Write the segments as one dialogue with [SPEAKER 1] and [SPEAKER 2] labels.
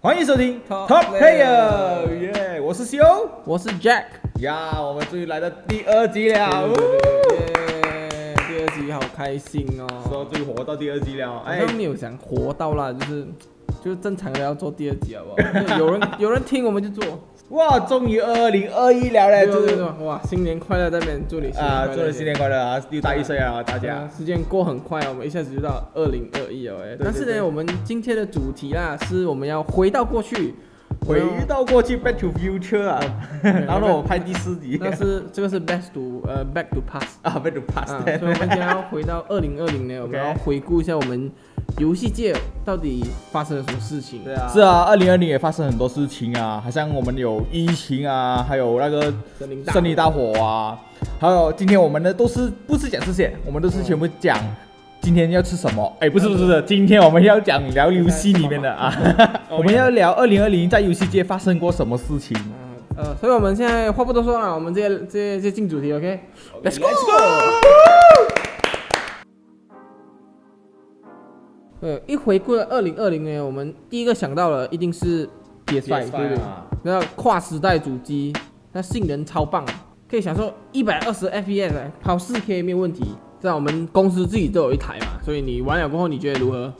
[SPEAKER 1] 欢迎收听
[SPEAKER 2] Top
[SPEAKER 1] Top Player，
[SPEAKER 2] Player
[SPEAKER 1] 耶！我是 CO
[SPEAKER 2] 我是 Jack。
[SPEAKER 1] 呀，我们终于来到第二集了，
[SPEAKER 2] 耶
[SPEAKER 1] 呜！
[SPEAKER 2] 第二集好开心
[SPEAKER 1] 说
[SPEAKER 2] 哦！
[SPEAKER 1] 终于活到第二集了，
[SPEAKER 2] 好
[SPEAKER 1] 哎，
[SPEAKER 2] 像没有想活到啦，就是就是正常的要做第二集好不 好？有人有人听我们就做。
[SPEAKER 1] 哇，终于二零二一了嘞，
[SPEAKER 2] 对对
[SPEAKER 1] 祝
[SPEAKER 2] 对，哇，新年快乐！这边祝你新年快
[SPEAKER 1] 啊，
[SPEAKER 2] 乐
[SPEAKER 1] 祝你新年快乐啊，又大一岁了啊，大
[SPEAKER 2] 对
[SPEAKER 1] 家
[SPEAKER 2] 啊，。时间过很快啊，我们一下子就到二零二一了哎。
[SPEAKER 1] 对
[SPEAKER 2] 但是
[SPEAKER 1] 对
[SPEAKER 2] 呢，我们今天的主题啦，是我们要回到过去，
[SPEAKER 1] 回
[SPEAKER 2] 我要
[SPEAKER 1] 到过去，Back to Future 啊，然后呢，我拍第四集
[SPEAKER 2] 那是这个是 back to 呃 back to past。
[SPEAKER 1] 啊，Back to
[SPEAKER 2] 啊
[SPEAKER 1] Past，，
[SPEAKER 2] 所以我们今天要 回到二零二零年，我们要回顾一下我们游戏界到底发生了什么事情。
[SPEAKER 1] 对啊，是啊，二零二零也发生很多事情啊，好像我们有疫情啊，还有那个
[SPEAKER 2] 森林大
[SPEAKER 1] 森林大火啊，还有今天我们的都是不是讲这些，我们都是全部讲今天要吃什么。哎，不是不是不是，今天我们要讲聊游戏里面的啊， 我们要聊二零二零在游戏界发生过什么事情。
[SPEAKER 2] 啊呃，所以我们现在话不多说了，我们直接直接直接进主题，OK？Let's、go。呃，一回顾了二零二零年，我们第一个想到的一定是 PS5，对
[SPEAKER 1] PS5
[SPEAKER 2] 不对
[SPEAKER 1] 啊？
[SPEAKER 2] 那跨时代主机，那性能超棒，可以享受一百二十 FPS，哎跑四 K 没有问题。在我们公司自己都有一台嘛，所以你玩了过后，你觉得如何？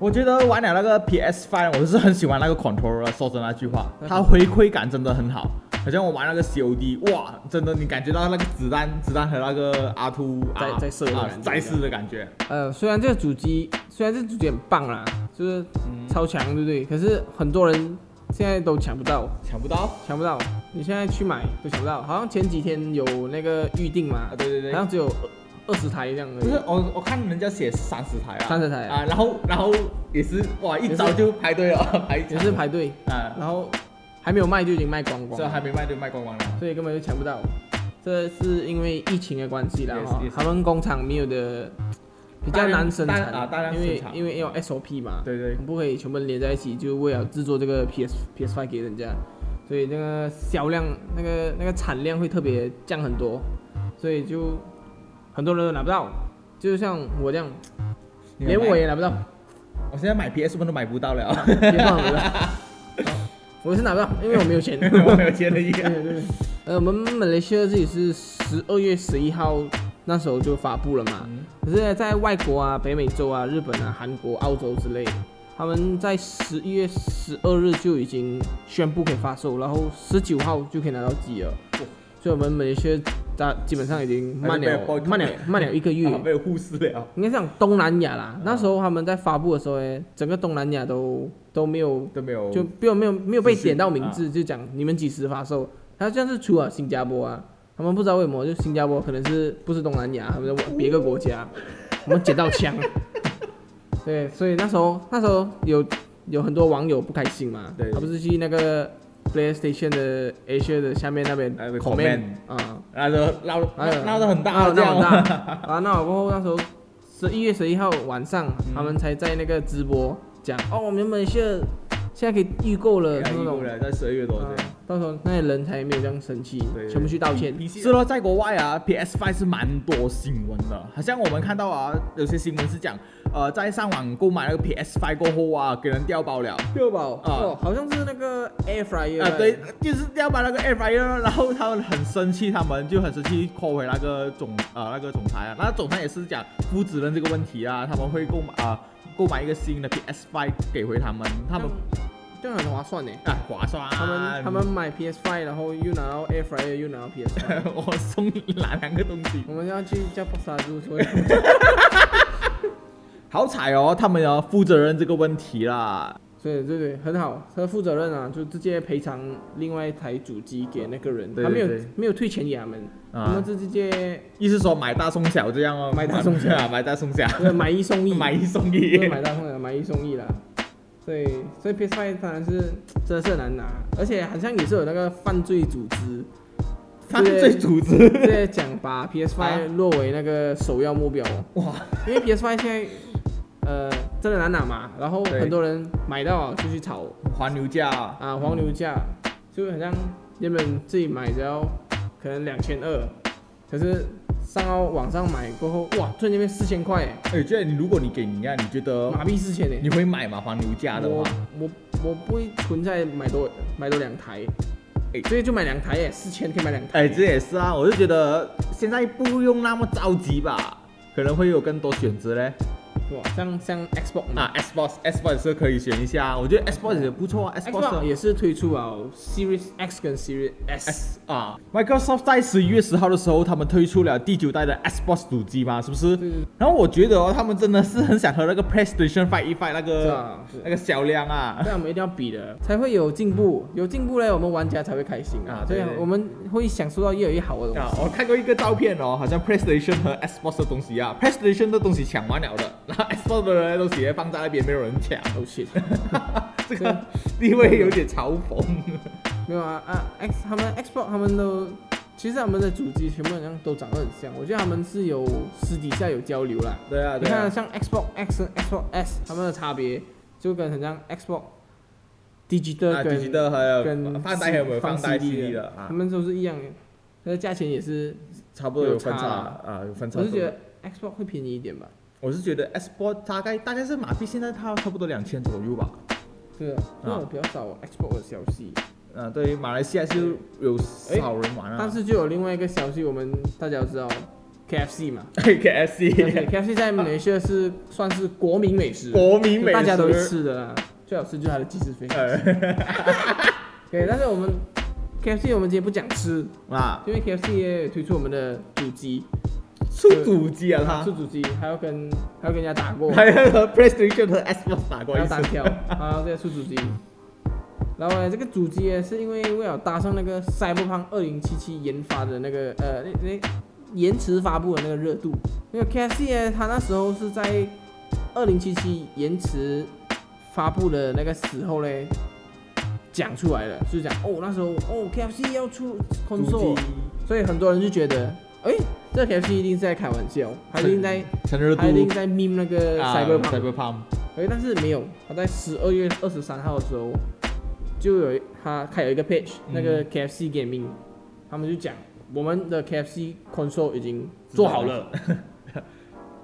[SPEAKER 1] 我觉得玩了那个 PS Five，我是很喜欢那个 controller。说真的那句话，它回馈感真的很好。好像我玩那个 COD，哇，真的你感觉到那个子弹、子弹和那个 R two
[SPEAKER 2] 在在射的
[SPEAKER 1] 啊
[SPEAKER 2] 感觉
[SPEAKER 1] 在射的感觉。
[SPEAKER 2] 呃，虽然这个主机，虽然这主机很棒啦，就是
[SPEAKER 1] 嗯
[SPEAKER 2] 超强，对不对？可是很多人现在都抢不到，
[SPEAKER 1] 抢不到
[SPEAKER 2] 抢不到。你现在去买都抢不到，好像前几天有那个预定嘛
[SPEAKER 1] 啊！，对对对
[SPEAKER 2] 好，像只有二十台这样的
[SPEAKER 1] 不。是我我看人家写是三十台啊，
[SPEAKER 2] 30台啊
[SPEAKER 1] 啊，然后然后也是哇，一早就排队了， 排
[SPEAKER 2] 也是排队，
[SPEAKER 1] 啊，
[SPEAKER 2] 然后还没有卖就已经卖光光
[SPEAKER 1] 这
[SPEAKER 2] 了，
[SPEAKER 1] 啊还没卖就卖光光了。
[SPEAKER 2] 所以根本就抢不到。这是因为疫情的关系啦，
[SPEAKER 1] Yes,
[SPEAKER 2] 哈
[SPEAKER 1] yes.
[SPEAKER 2] 他们工厂没有的比
[SPEAKER 1] 大
[SPEAKER 2] 较
[SPEAKER 1] 量
[SPEAKER 2] 难生产
[SPEAKER 1] 大啊大量
[SPEAKER 2] 因
[SPEAKER 1] 生
[SPEAKER 2] 为
[SPEAKER 1] 产
[SPEAKER 2] 因为要 SOP 嘛，
[SPEAKER 1] 对对，
[SPEAKER 2] 不可以全部连在一起，就为了制作这个 PS PS Five 给人家，所以那个销量、那个那个产量会特别降很多，所以就很多人都拿不到，就像我这样，
[SPEAKER 1] 你有
[SPEAKER 2] 连
[SPEAKER 1] 买
[SPEAKER 2] 我也拿不到，
[SPEAKER 1] 我现在买 PS 我都买不到了，
[SPEAKER 2] 别放我了，好我是拿不到，因为我没有钱。
[SPEAKER 1] 我没有钱了一样。
[SPEAKER 2] 对对对呃，我们马来西亚这里是十二月十一号那时候就发布了嘛，可是在外国啊、北美洲啊、日本啊、韩国、澳洲之类，他们在十一月十二日就已经宣布可以发售，然后十九号就可以拿到机了。所以我们马来西亚大基本上已经慢
[SPEAKER 1] 还是
[SPEAKER 2] 了
[SPEAKER 1] 被包
[SPEAKER 2] 慢了慢了一个月，
[SPEAKER 1] 啊被忽视了，
[SPEAKER 2] 应该讲东南亚啦。那时候他们在发布的时候，哎，整个东南亚都都没有
[SPEAKER 1] 都没有
[SPEAKER 2] 就没有没有没有被
[SPEAKER 1] 资讯
[SPEAKER 2] 点到名字，就讲你们几时发售。他这样是除了新加坡啊，他们不知道为什么，就新加坡可能是不是东南亚，他们是别个国家，我们捡到 枪。对，所以那时候那时候有有很多网友不开心嘛，
[SPEAKER 1] 对
[SPEAKER 2] 他不是去那个 PlayStation 的 Asia 的下面那边
[SPEAKER 1] 那边
[SPEAKER 2] comment 啊。
[SPEAKER 1] 然后就闹
[SPEAKER 2] 哎呦
[SPEAKER 1] 闹得很大，
[SPEAKER 2] 闹
[SPEAKER 1] 这
[SPEAKER 2] 闹很
[SPEAKER 1] 样
[SPEAKER 2] 大。啊，那我过后那时候十一月十一号晚上，
[SPEAKER 1] 嗯
[SPEAKER 2] 他们才在那个直播讲，哦，我们本现现在可以预购了，
[SPEAKER 1] 太
[SPEAKER 2] 呃那
[SPEAKER 1] 过
[SPEAKER 2] 种。
[SPEAKER 1] 了，在十二月多这样。
[SPEAKER 2] 啊到时候那些人才没有这样生气
[SPEAKER 1] 对，
[SPEAKER 2] 全部去道歉。
[SPEAKER 1] 是咯，在国外啊，PS Five 是蛮多新闻的，好像我们看到啊，有些新闻是讲，呃，在上网购买那个 PS Five 过后啊，给人调包了。
[SPEAKER 2] 六宝
[SPEAKER 1] 啊
[SPEAKER 2] 哦，好像是那个 Air Fryer
[SPEAKER 1] 啊，对，就是要把那个 air fryer，然后他们很生气，他们就很生气扣回那个总呃那个总裁啊，那总裁也是讲负责任这个问题啊，他们会购买啊、购买一个新的 PS Five 给回他们，他们
[SPEAKER 2] 这样很划算欸呢。
[SPEAKER 1] 啊划算，
[SPEAKER 2] 嗯他们他们买 PS5，然后又拿到 Air Fryer，又拿到 PS5，
[SPEAKER 1] 我送你哪两个东西？
[SPEAKER 2] 我们要去叫 Boss 叔说一下。
[SPEAKER 1] 好彩哦，他们要负责任这个问题啦。
[SPEAKER 2] 所以对对，很好，他负责任啊，就直接赔偿另外一台主机给那个人，
[SPEAKER 1] 对对
[SPEAKER 2] 他没
[SPEAKER 1] 对
[SPEAKER 2] 有没有退钱给他们，
[SPEAKER 1] 啊
[SPEAKER 2] 他们是直接
[SPEAKER 1] 意思说买大送小这样哦，
[SPEAKER 2] 买大送小
[SPEAKER 1] 啊， 买大送小，
[SPEAKER 2] 呃买一送一，
[SPEAKER 1] 买一送一
[SPEAKER 2] 对。买到后来买一送一啦。所以所以 PS Five 当然是真的是很难拿，而且好像也是有那个犯罪组 织
[SPEAKER 1] 犯罪组织，
[SPEAKER 2] 直接讲把 PS
[SPEAKER 1] 啊
[SPEAKER 2] Five 落为那个首要目标，
[SPEAKER 1] 哇，
[SPEAKER 2] 因为 PS Five 现在呃真的难拿嘛，然后
[SPEAKER 1] 对
[SPEAKER 2] 很多人买到啊就去炒。
[SPEAKER 1] 黄牛价啊
[SPEAKER 2] 啊，黄哦牛价就好像原本自己买只要可能两千二，可是上到网上买过后，哇，突然间变四千块耶，
[SPEAKER 1] 哎，这你如果你给人家，你觉得
[SPEAKER 2] 马币四 千耶
[SPEAKER 1] 你。会买吗？黄牛价的
[SPEAKER 2] 我
[SPEAKER 1] 话，
[SPEAKER 2] 我我不会存在买多买多两台，
[SPEAKER 1] 哎
[SPEAKER 2] 所以就买两台耶，四千可以买两台。
[SPEAKER 1] 哎，这也是啊，我就觉得现在不用那么着急吧，可能会有更多选择嘞。
[SPEAKER 2] 哇，像像 Xbox 嘛
[SPEAKER 1] 啊，Xbox Xbox 是可以选一下，我觉得 Xbox 也不错啊
[SPEAKER 2] ，Xbox
[SPEAKER 1] ，Xbox
[SPEAKER 2] 也是推出啊 Series X 跟 Series S，
[SPEAKER 1] S 啊，Microsoft 在十一月十号的时候，他们推出了第九代的 Xbox 主机嘛，是不是？
[SPEAKER 2] 对
[SPEAKER 1] 然后我觉得哦，他们真的是很想和那个 PlayStation 翻一翻那
[SPEAKER 2] 是
[SPEAKER 1] 个
[SPEAKER 2] 啊，
[SPEAKER 1] 那个销量 啊。
[SPEAKER 2] 但我们一定要比的，才会有进步，有进步嘞，我们玩家才会开心啊
[SPEAKER 1] 嗯啊，
[SPEAKER 2] 所以
[SPEAKER 1] 对对
[SPEAKER 2] 我们会享受到越来越好的东
[SPEAKER 1] 啊
[SPEAKER 2] 西。，
[SPEAKER 1] 我看过一个照片哦，好像 PlayStation 和 Xbox 的东西啊，PlayStation 的东西抢完了的，然后 Xbox 的人的东西也放在那边没有人抢，
[SPEAKER 2] 哦 shit，
[SPEAKER 1] 这个地位有点嘲讽。
[SPEAKER 2] 没有啊啊，X 他们 Xbox 他们都，其实他们的主机全部好像都长得很像，我觉得他们是有私底下有交流啦。
[SPEAKER 1] 对啊，
[SPEAKER 2] 你
[SPEAKER 1] 对
[SPEAKER 2] 看
[SPEAKER 1] 啊，
[SPEAKER 2] 像 Xbox X 跟 Xbox S 它们的差别，就跟很像 Xbox Digital
[SPEAKER 1] 啊
[SPEAKER 2] 跟、
[SPEAKER 1] ，Digital 还有
[SPEAKER 2] 跟
[SPEAKER 1] 放带还有没有
[SPEAKER 2] 放
[SPEAKER 1] 放带
[SPEAKER 2] CD
[SPEAKER 1] CD 的啊
[SPEAKER 2] 他？们都是一样的，它的价钱也是，
[SPEAKER 1] 差不多有分
[SPEAKER 2] 有差
[SPEAKER 1] 差
[SPEAKER 2] 啊
[SPEAKER 1] 啊，有分差。
[SPEAKER 2] 我是觉得 Xbox 会便宜一点吧。
[SPEAKER 1] 我是觉得 S 波大概大概是马币现在它差不多两千左右吧。
[SPEAKER 2] 对啊，因为我比较少 Xbox 的消息，
[SPEAKER 1] 嗯、对于马来西亚就有少人玩啊。
[SPEAKER 2] 但是就有另外一个消息，我们大家都知道 KFC 嘛
[SPEAKER 1] KFC
[SPEAKER 2] ，KFC 在马来西亚是算是国民美食，
[SPEAKER 1] 啊国民美食，
[SPEAKER 2] 就大家都会。吃的啦，最好吃就是它的鸡翅飞。
[SPEAKER 1] 呃，
[SPEAKER 2] 对，但是我们 KFC 我们今天不讲吃，
[SPEAKER 1] 啊，
[SPEAKER 2] 因为 KFC 也推出我们的主机，
[SPEAKER 1] 出主机啊
[SPEAKER 2] 是
[SPEAKER 1] 他，
[SPEAKER 2] 主机，还要跟还要跟人家打过，还
[SPEAKER 1] 还要和 PlayStation 和 S 波打过一
[SPEAKER 2] 要
[SPEAKER 1] 次
[SPEAKER 2] 单。挑，啊，这个是主机。然后呢，这个主机呢，是因为为了搭上那个《Cyberpunk 2077》研发的那个呃那那延迟发布的那个热度，因为 KFC 呢，它那时候是在2077延迟发布的那个时候嘞讲出来的，就是讲哦那时候哦 KFC 要出
[SPEAKER 1] 主
[SPEAKER 2] console，
[SPEAKER 1] 机
[SPEAKER 2] 所以很多人就觉得，哎，这 KFC 一定是在开玩笑，他一定在
[SPEAKER 1] 趁热度
[SPEAKER 2] 他一定在 meme 那个
[SPEAKER 1] 啊
[SPEAKER 2] Cyberpunk，
[SPEAKER 1] Cyberpunk
[SPEAKER 2] 哎、但是没有，他在十二月二十三号的时候，就有一他开有一个 page，、
[SPEAKER 1] 嗯
[SPEAKER 2] 那个 KFC Gaming，他们就讲我们的 KFC console 已经做好了，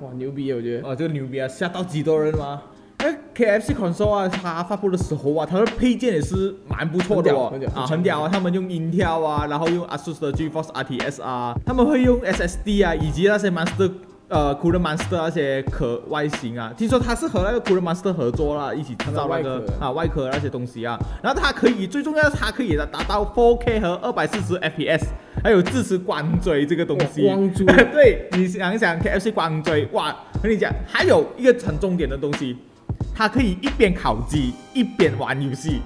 [SPEAKER 2] 哇，牛逼！我觉得
[SPEAKER 1] 哇，这个牛逼啊，吓到几多人吗？哎，KFC console 啊，它发布的时候啊，它的配件也是蛮不错的哦
[SPEAKER 2] 很屌很，屌
[SPEAKER 1] 啊，
[SPEAKER 2] 很
[SPEAKER 1] 很
[SPEAKER 2] 屌
[SPEAKER 1] 屌啊！他们用 Intel 啊，然后用 ASUS 的 GeForce RTX 啊，他们会用 SSD 啊，以及那些 Monster 呃 Cooler Monster 那些壳外形啊，听说它是和那个 Cooler Monster 合作啦，一起制造那
[SPEAKER 2] 它
[SPEAKER 1] 个
[SPEAKER 2] 的外壳
[SPEAKER 1] 啊外壳那些东西啊，然后它可以最重要的，它可以达到 4K 和二百四十 FPS，还有支持光追这个东西，
[SPEAKER 2] 哇光追
[SPEAKER 1] 对，你想一想 KFC 光追，哇，跟你讲，还有一个很重点的东西，它可以一边烤鸡一边玩游戏，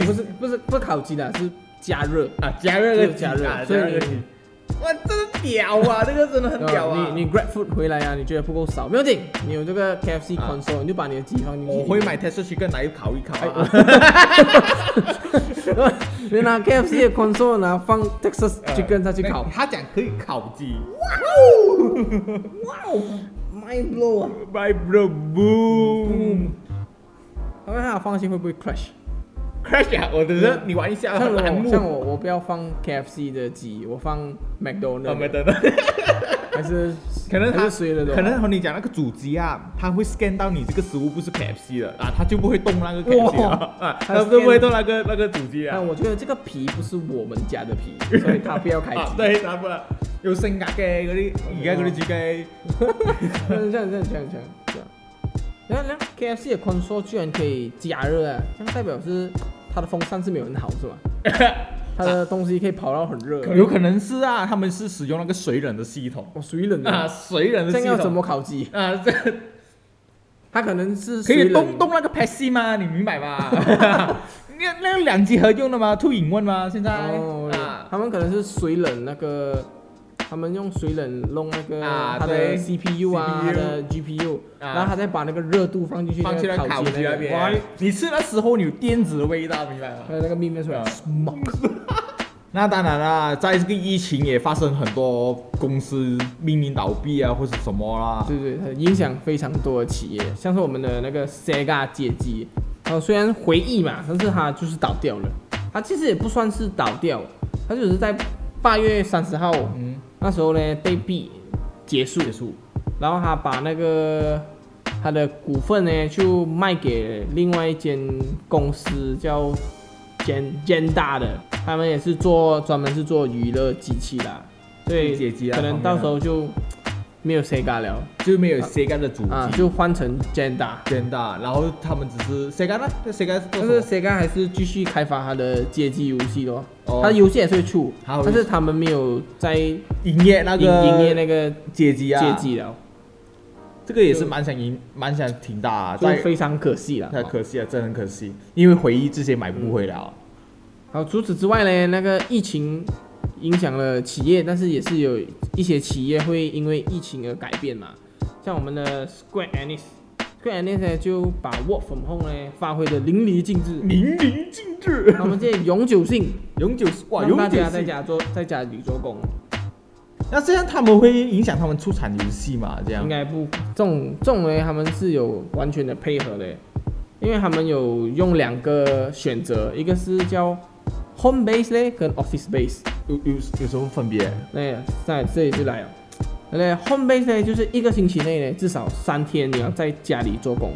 [SPEAKER 2] 不是不是不是烤鸡的，是加热，
[SPEAKER 1] 啊，加热个鸡
[SPEAKER 2] 加热
[SPEAKER 1] 啊
[SPEAKER 2] 所以
[SPEAKER 1] 加热个
[SPEAKER 2] 你
[SPEAKER 1] 鸡哇，真的屌 啊，这个真的很屌啊！
[SPEAKER 2] 你你 grab food 回来啊，你觉得不够少，没有紧，你有这个 KFC
[SPEAKER 1] 啊
[SPEAKER 2] console，、你就把你的鸡放进去，
[SPEAKER 1] 我会买 Tesla 去跟来烤一烤啊，
[SPEAKER 2] 你拿 KFC 的 console 拿放 Texas
[SPEAKER 1] 呃
[SPEAKER 2] 哎 chicken 下去烤
[SPEAKER 1] 那他讲可以烤鸡
[SPEAKER 2] ，mind blow 啊！
[SPEAKER 1] ，My bro
[SPEAKER 2] 嗯
[SPEAKER 1] boom。
[SPEAKER 2] 他们还放心会不会 crash？
[SPEAKER 1] Crash 啊！我只是你玩一下，
[SPEAKER 2] 像
[SPEAKER 1] 很
[SPEAKER 2] 我
[SPEAKER 1] 栏目，
[SPEAKER 2] 像我，我不要放 KFC 的鸡，我放 McDonald，、
[SPEAKER 1] 我们等等，
[SPEAKER 2] 还是
[SPEAKER 1] 哦可能
[SPEAKER 2] 还
[SPEAKER 1] 他
[SPEAKER 2] 是谁的都好
[SPEAKER 1] 可能和你讲那个主机啊，它会 scan 到你这个食物不是 KFC 的啊，它就不会动那个 KFC 了啊，它
[SPEAKER 2] 它
[SPEAKER 1] 就不会
[SPEAKER 2] scan
[SPEAKER 1] 动那个那个主机啊
[SPEAKER 2] 但。我觉得这个皮不是我们家的皮， 所以他不要开
[SPEAKER 1] 啊，
[SPEAKER 2] 机。
[SPEAKER 1] 對，打不啦，有性格嘅嗰啲，而家嗰啲主機，
[SPEAKER 2] 这样这样这样这样这样。你看，你看 KFC 的 console 居然可以加热啊，这样代表是它的风扇是没有很好是吧？ 它的东西可以跑到很热，
[SPEAKER 1] 有可能是啊，他们是使用那个水冷的系统
[SPEAKER 2] 我水哦冷的，
[SPEAKER 1] 啊，水冷的
[SPEAKER 2] 这
[SPEAKER 1] 系
[SPEAKER 2] 样要
[SPEAKER 1] 统
[SPEAKER 2] 怎么烤鸡？
[SPEAKER 1] 啊， 这
[SPEAKER 2] 它可能是
[SPEAKER 1] 可
[SPEAKER 2] 水
[SPEAKER 1] 以
[SPEAKER 2] 冷
[SPEAKER 1] 动动那个 PC 吗？你明白吧？那那个两机合用的吗？吐影问吗？现在
[SPEAKER 2] 哦，
[SPEAKER 1] 啊，
[SPEAKER 2] 他们可能是水冷那个，他们用水冷弄那个
[SPEAKER 1] 啊
[SPEAKER 2] 它的
[SPEAKER 1] 对
[SPEAKER 2] CPU 啊，它
[SPEAKER 1] CPU
[SPEAKER 2] 的 GPU，
[SPEAKER 1] 啊
[SPEAKER 2] 然后他再把那个热度放进去
[SPEAKER 1] 放去
[SPEAKER 2] 那
[SPEAKER 1] 那个
[SPEAKER 2] 个烤
[SPEAKER 1] 烤
[SPEAKER 2] 鸡
[SPEAKER 1] 鸡那
[SPEAKER 2] 个，哇
[SPEAKER 1] 边，你吃的时候你有电子的味道，明白吗
[SPEAKER 2] 还？有那个面面出来
[SPEAKER 1] 啊
[SPEAKER 2] ，smoke，
[SPEAKER 1] 那当然啦，在这个疫情也发生很多公司面临倒闭啊，或是什么啦。
[SPEAKER 2] 对对，它影响非常多的企业，像是我们的那个 Sega 街机，呃，虽然回忆嘛，但是它就是倒掉了，它其实也不算是倒掉，它就只是在八月三十号。
[SPEAKER 1] 嗯，
[SPEAKER 2] 啊、那时候呢被逼结束，
[SPEAKER 3] 结束，
[SPEAKER 2] 然后他把那个他的股份呢就卖给另外一间公司叫简简大的，他们也是做专门是做娱乐机器的啊，所
[SPEAKER 1] 理解机
[SPEAKER 2] 以
[SPEAKER 1] 啊
[SPEAKER 2] 可能到时候就没有谁敢了
[SPEAKER 1] 就没有 Sega 的主
[SPEAKER 2] 啊，
[SPEAKER 1] 机，
[SPEAKER 2] 就换成简大。
[SPEAKER 1] 真的。啊然后他们只是 Sega 呢那，Sega 是做
[SPEAKER 2] 但
[SPEAKER 1] 什么？
[SPEAKER 2] 是 Sega 还是继续开发它的街机游戏咯，
[SPEAKER 1] 哦
[SPEAKER 2] 它游戏也是会出，
[SPEAKER 1] 它会
[SPEAKER 2] 但是他们没有在营
[SPEAKER 1] 营业那个
[SPEAKER 2] 营业那个
[SPEAKER 1] 街机啊，
[SPEAKER 2] 街机了，
[SPEAKER 1] 这个也是蛮想赢，蛮想挺大啊，
[SPEAKER 2] 就
[SPEAKER 1] 在
[SPEAKER 2] 非常可惜了。
[SPEAKER 1] 太可惜啊了，真的很可惜，因为回忆这些买不回来啊了。
[SPEAKER 2] 好，除此之外呢，那个疫情影响了企业，但是也是有一些企业会因为疫情而改变嘛，像我们的 Square Enix，Square Enix 呢就把 Work from Home 呢发挥的淋漓尽致，
[SPEAKER 1] 淋漓尽致，
[SPEAKER 2] 他们这永久性
[SPEAKER 1] 嗯永久哇，
[SPEAKER 2] 让
[SPEAKER 1] 永
[SPEAKER 2] 大
[SPEAKER 1] 久
[SPEAKER 2] 家在
[SPEAKER 1] 性。
[SPEAKER 2] 家做在家里做工。
[SPEAKER 1] 那这样他们会影响他们出产游戏嘛？这样
[SPEAKER 2] 应该不，这种这种呢，他们是有完全的配合的，因为他们有用两个选择，一个是叫 home base 嘞，跟 office base，
[SPEAKER 1] 有有有什么分别？
[SPEAKER 2] 那在这里就来了。哦那 home base 呢，就是一个星期内呢，至少三天你要在家里做工，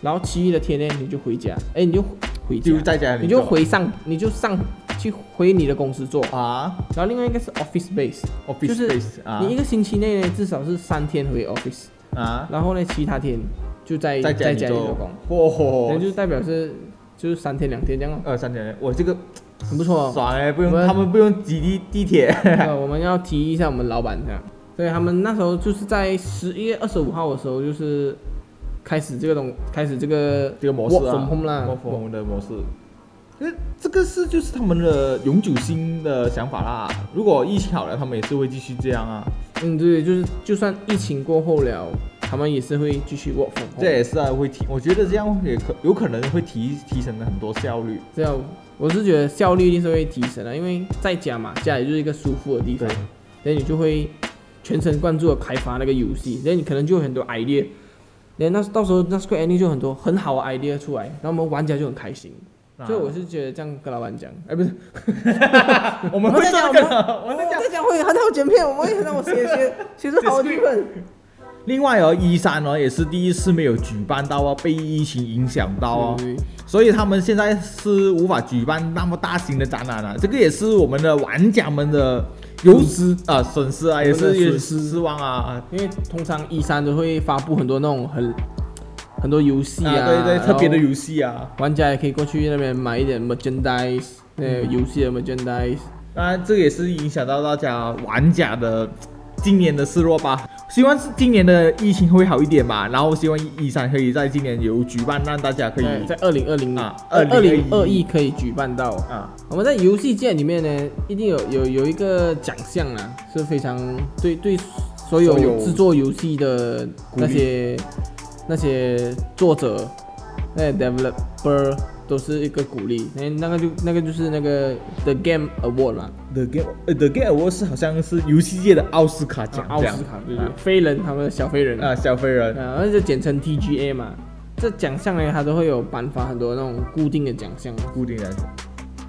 [SPEAKER 2] 然后其余的天呢，你就回家，哎，你就回家
[SPEAKER 1] 就，在家里
[SPEAKER 2] 你就
[SPEAKER 1] 做
[SPEAKER 2] 回上，你就上去回你的公司做。
[SPEAKER 1] 啊
[SPEAKER 2] 然后另外一个是 office base，
[SPEAKER 1] ，office
[SPEAKER 2] 就是
[SPEAKER 1] space 啊
[SPEAKER 2] 你一个星期内呢，至少是三天回 office。
[SPEAKER 1] 啊，
[SPEAKER 2] 然后呢，其他天就在
[SPEAKER 1] 在
[SPEAKER 2] 家
[SPEAKER 1] 里
[SPEAKER 2] 里做工，
[SPEAKER 1] 做，
[SPEAKER 2] 那
[SPEAKER 1] 嚯，
[SPEAKER 2] 就代表是就是三天两天这样哦，
[SPEAKER 1] 二三点，我这个
[SPEAKER 2] 很不错哦。
[SPEAKER 1] 爽哎，不用
[SPEAKER 2] 我们
[SPEAKER 1] 他们不用挤地地铁，
[SPEAKER 2] 那个我们要提一下我们老板这样，所以他们那时候就是在十一月二十五号的时候，就是开始这个东开始这 个
[SPEAKER 1] 这个模式
[SPEAKER 2] work
[SPEAKER 1] 啊
[SPEAKER 2] from home 啦
[SPEAKER 1] 模仿的模式。因为这个是就是他们的永久性的想法啦。如果疫情好了，他们也是会继续这样啊。
[SPEAKER 2] 嗯，对，就是就算疫情过后了，他们也是会继续 work from
[SPEAKER 1] 这
[SPEAKER 2] home。
[SPEAKER 1] 也是啊，会提，我觉得这样也可有可能会提提升很多效率。
[SPEAKER 2] 这样啊我是觉得效率一定是会提升的，因为在家嘛，家里就是一个舒服的地方
[SPEAKER 1] 对，
[SPEAKER 2] 所以你就会全神贯注的开发那个游戏，然后你可能就有很多 idea，然后那到时候那 Square Enix 就很多很好的 idea 出来，然后我们玩家就很开心。
[SPEAKER 1] 啊
[SPEAKER 2] 所以我是觉得这样跟老板讲，哎，不是，
[SPEAKER 1] 我们会做这个，我们在讲。
[SPEAKER 2] 哦这样会很好剪片，我们也很好写写写出好剧本。
[SPEAKER 1] 另外哦，一三哦也是第一次没有举办到哦，被疫情影响到哦，
[SPEAKER 2] 对
[SPEAKER 1] 所以他们现在是无法举办那么大型的展览了、啊这个也是我们的玩家们的有失啊损失啊，也
[SPEAKER 2] 我们
[SPEAKER 1] 是
[SPEAKER 2] 的
[SPEAKER 1] 有
[SPEAKER 2] 损失
[SPEAKER 1] 失望啊。
[SPEAKER 2] 因为通常一三都会发布很多那种很很多游戏
[SPEAKER 1] 啊，对对，
[SPEAKER 2] 然后
[SPEAKER 1] 特别的游戏啊，
[SPEAKER 2] 玩家也可以过去那边买一点 merchandise，呃，
[SPEAKER 1] 嗯
[SPEAKER 2] 游戏的 merchandise。
[SPEAKER 1] 当然这个也是影响到大家玩家的今年的失落吧。希望是今年的疫情会好一点吧，然后希望一三可以在今年有举办，让大家可以
[SPEAKER 2] 对在二零二零
[SPEAKER 1] 啊
[SPEAKER 2] 二零二一
[SPEAKER 1] 2021
[SPEAKER 2] 可以举办到。
[SPEAKER 1] 啊
[SPEAKER 2] 我们在游戏界里面呢，一定有有有一个奖项啊，是非常对对所
[SPEAKER 1] 所有
[SPEAKER 2] 有制作游戏的
[SPEAKER 1] 鼓励
[SPEAKER 2] 那些那些作者、那些 developer 都是一个鼓励。那那个就那个就是那个 The Game Award 嘛，
[SPEAKER 1] The Game 呃 The Game Award 是好像是游戏界的奥斯卡奖
[SPEAKER 2] 啊，奥
[SPEAKER 1] 这样
[SPEAKER 2] 斯卡对
[SPEAKER 1] 啊
[SPEAKER 2] 对，飞人他们的小飞人
[SPEAKER 1] 啊，小飞人
[SPEAKER 2] 啊，那就简称 TGA 嘛。这奖项呢，它都会有颁发很多那种固定的奖项，
[SPEAKER 1] 固定人，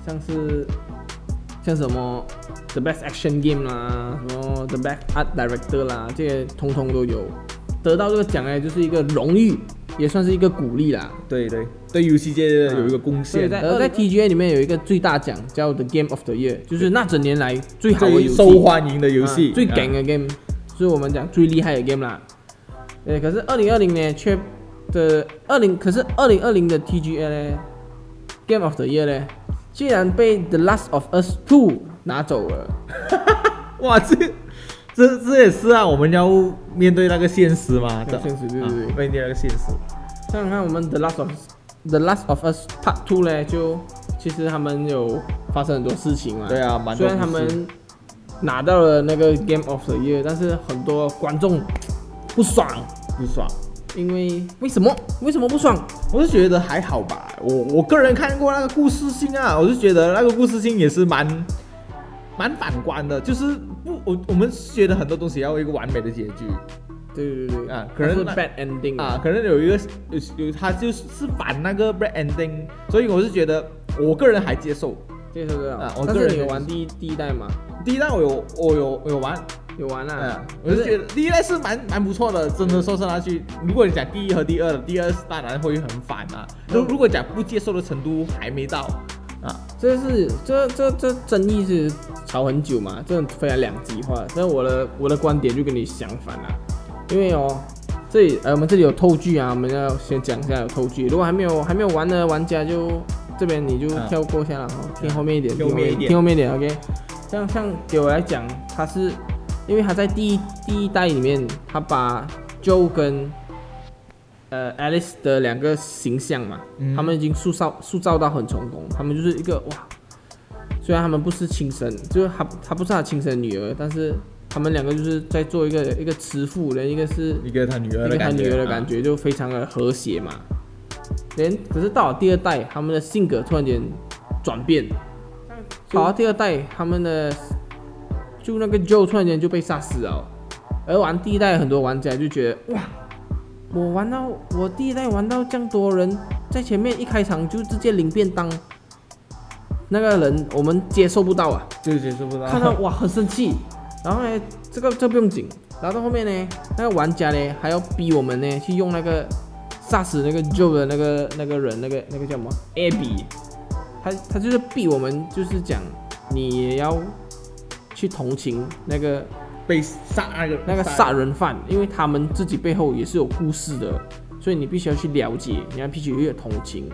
[SPEAKER 2] 像是像什么 The Best Action Game 啦，什么 The Best Art Director 啦，这些通通都有。得到这个奖呢，就是一个荣誉，也算是一个鼓励啦。
[SPEAKER 1] 对对，对游戏界有一个贡
[SPEAKER 2] 所以
[SPEAKER 1] 献，
[SPEAKER 2] 在而在 TGA 里面有一个最大奖叫 The Game of the Year，就是那整年来最好的游
[SPEAKER 1] 最
[SPEAKER 2] 戏、
[SPEAKER 1] 受欢迎的游戏
[SPEAKER 2] 啊，最
[SPEAKER 1] 啊
[SPEAKER 2] gang 的 game，就是我们讲最厉害的 game 啦。呃，可是二零二零呢，却的二零，可是二零二零的 TGA 呢，Game of the Year 呢，竟然被 The Last of Us Two 拿走了。
[SPEAKER 1] 哇，这这这也是啊，我们要面对那个现实嘛，这
[SPEAKER 2] 对现实对对对
[SPEAKER 1] 啊面对那个现实，
[SPEAKER 2] 像看我们 The Last of The Last of Us Part Two 呢，就其实他们有发生很多事情嘛。
[SPEAKER 1] 对啊蛮
[SPEAKER 2] 虽
[SPEAKER 1] 多
[SPEAKER 2] 然他
[SPEAKER 1] 故事
[SPEAKER 2] 们拿到了那个 Game of the Year，但是很多观众不爽，
[SPEAKER 1] 不爽。
[SPEAKER 2] 因为为什么？为什么不爽？
[SPEAKER 1] 我是觉得还好吧，我我个人看过那个故事性啊，我是觉得那个故事性也是蛮蛮反观的，就是不我我们是觉得很多东西要有一个完美的结局
[SPEAKER 2] 对对对
[SPEAKER 1] 啊可能
[SPEAKER 2] 它是
[SPEAKER 1] 那
[SPEAKER 2] bad ending
[SPEAKER 1] 啊，，可能有一个有有他就是反那个 bad ending，所以我是觉得我个人还接受。
[SPEAKER 2] 接受得了
[SPEAKER 1] 啊我。
[SPEAKER 2] 但
[SPEAKER 1] 个
[SPEAKER 2] 是
[SPEAKER 1] 人
[SPEAKER 2] 你有
[SPEAKER 1] 也
[SPEAKER 2] 玩第一第一代嘛？
[SPEAKER 1] 第一代我有我有我有玩，
[SPEAKER 2] 有玩啊
[SPEAKER 1] 嗯，，我就觉得第一代是蛮蛮不错的，真的说是那句，如果你讲第一和第二的，第二是当然会很反啊。
[SPEAKER 2] 嗯
[SPEAKER 1] 如如果讲不接受的程度还没到啊，
[SPEAKER 2] 这是这这这争议是吵很久嘛，这种非常两极化。但我的我的观点就跟你相反了，因为哦，这里呃我们这里有透剧啊，我们要先讲一下有透剧。如果还没有还没有玩的玩家就这边你就
[SPEAKER 1] 嗯
[SPEAKER 2] 跳过下了，哦，听后面一点，
[SPEAKER 1] 听后面一点
[SPEAKER 2] 听后面一点，OK。像像对我来讲，它是因为它在第一第一代里面，它把 Joe 跟呃 Alice 的两个形象嘛，
[SPEAKER 1] 嗯
[SPEAKER 2] 他们已经塑造塑造到很成功，他们就是一个哇，虽然他们不是亲生，就是他他不是他亲生女儿，但是他们两个就是在做一个一个慈父，人一个是
[SPEAKER 1] 一个他女儿
[SPEAKER 2] 一个
[SPEAKER 1] 的
[SPEAKER 2] 他
[SPEAKER 1] 感觉，啊
[SPEAKER 2] 女儿的感觉就非常的和谐嘛。连可是到了第二代，他们的性格突然间转变，到了第二代，他们的就那个 Joe 突然间就被杀死了。而玩第一代很多玩家就觉得哇，我玩到我第一代玩到这样多人在前面一开场就直接领便当，那个人我们接受不到啊。
[SPEAKER 1] 啊，就接受不到。
[SPEAKER 2] 看到哇很生气，然后呢，这个这不用紧，然后到后面呢，那个玩家呢还要逼我们呢去用那个杀死那个 Joe 的那个那个人，那个那个叫什么 Abby，他他就是逼我们就是讲你也要去同情那个
[SPEAKER 1] 被杀那个
[SPEAKER 2] 那个杀人犯，因为他们自己背后也是有故事的，所以你必须要去了解，你要必须要有同情。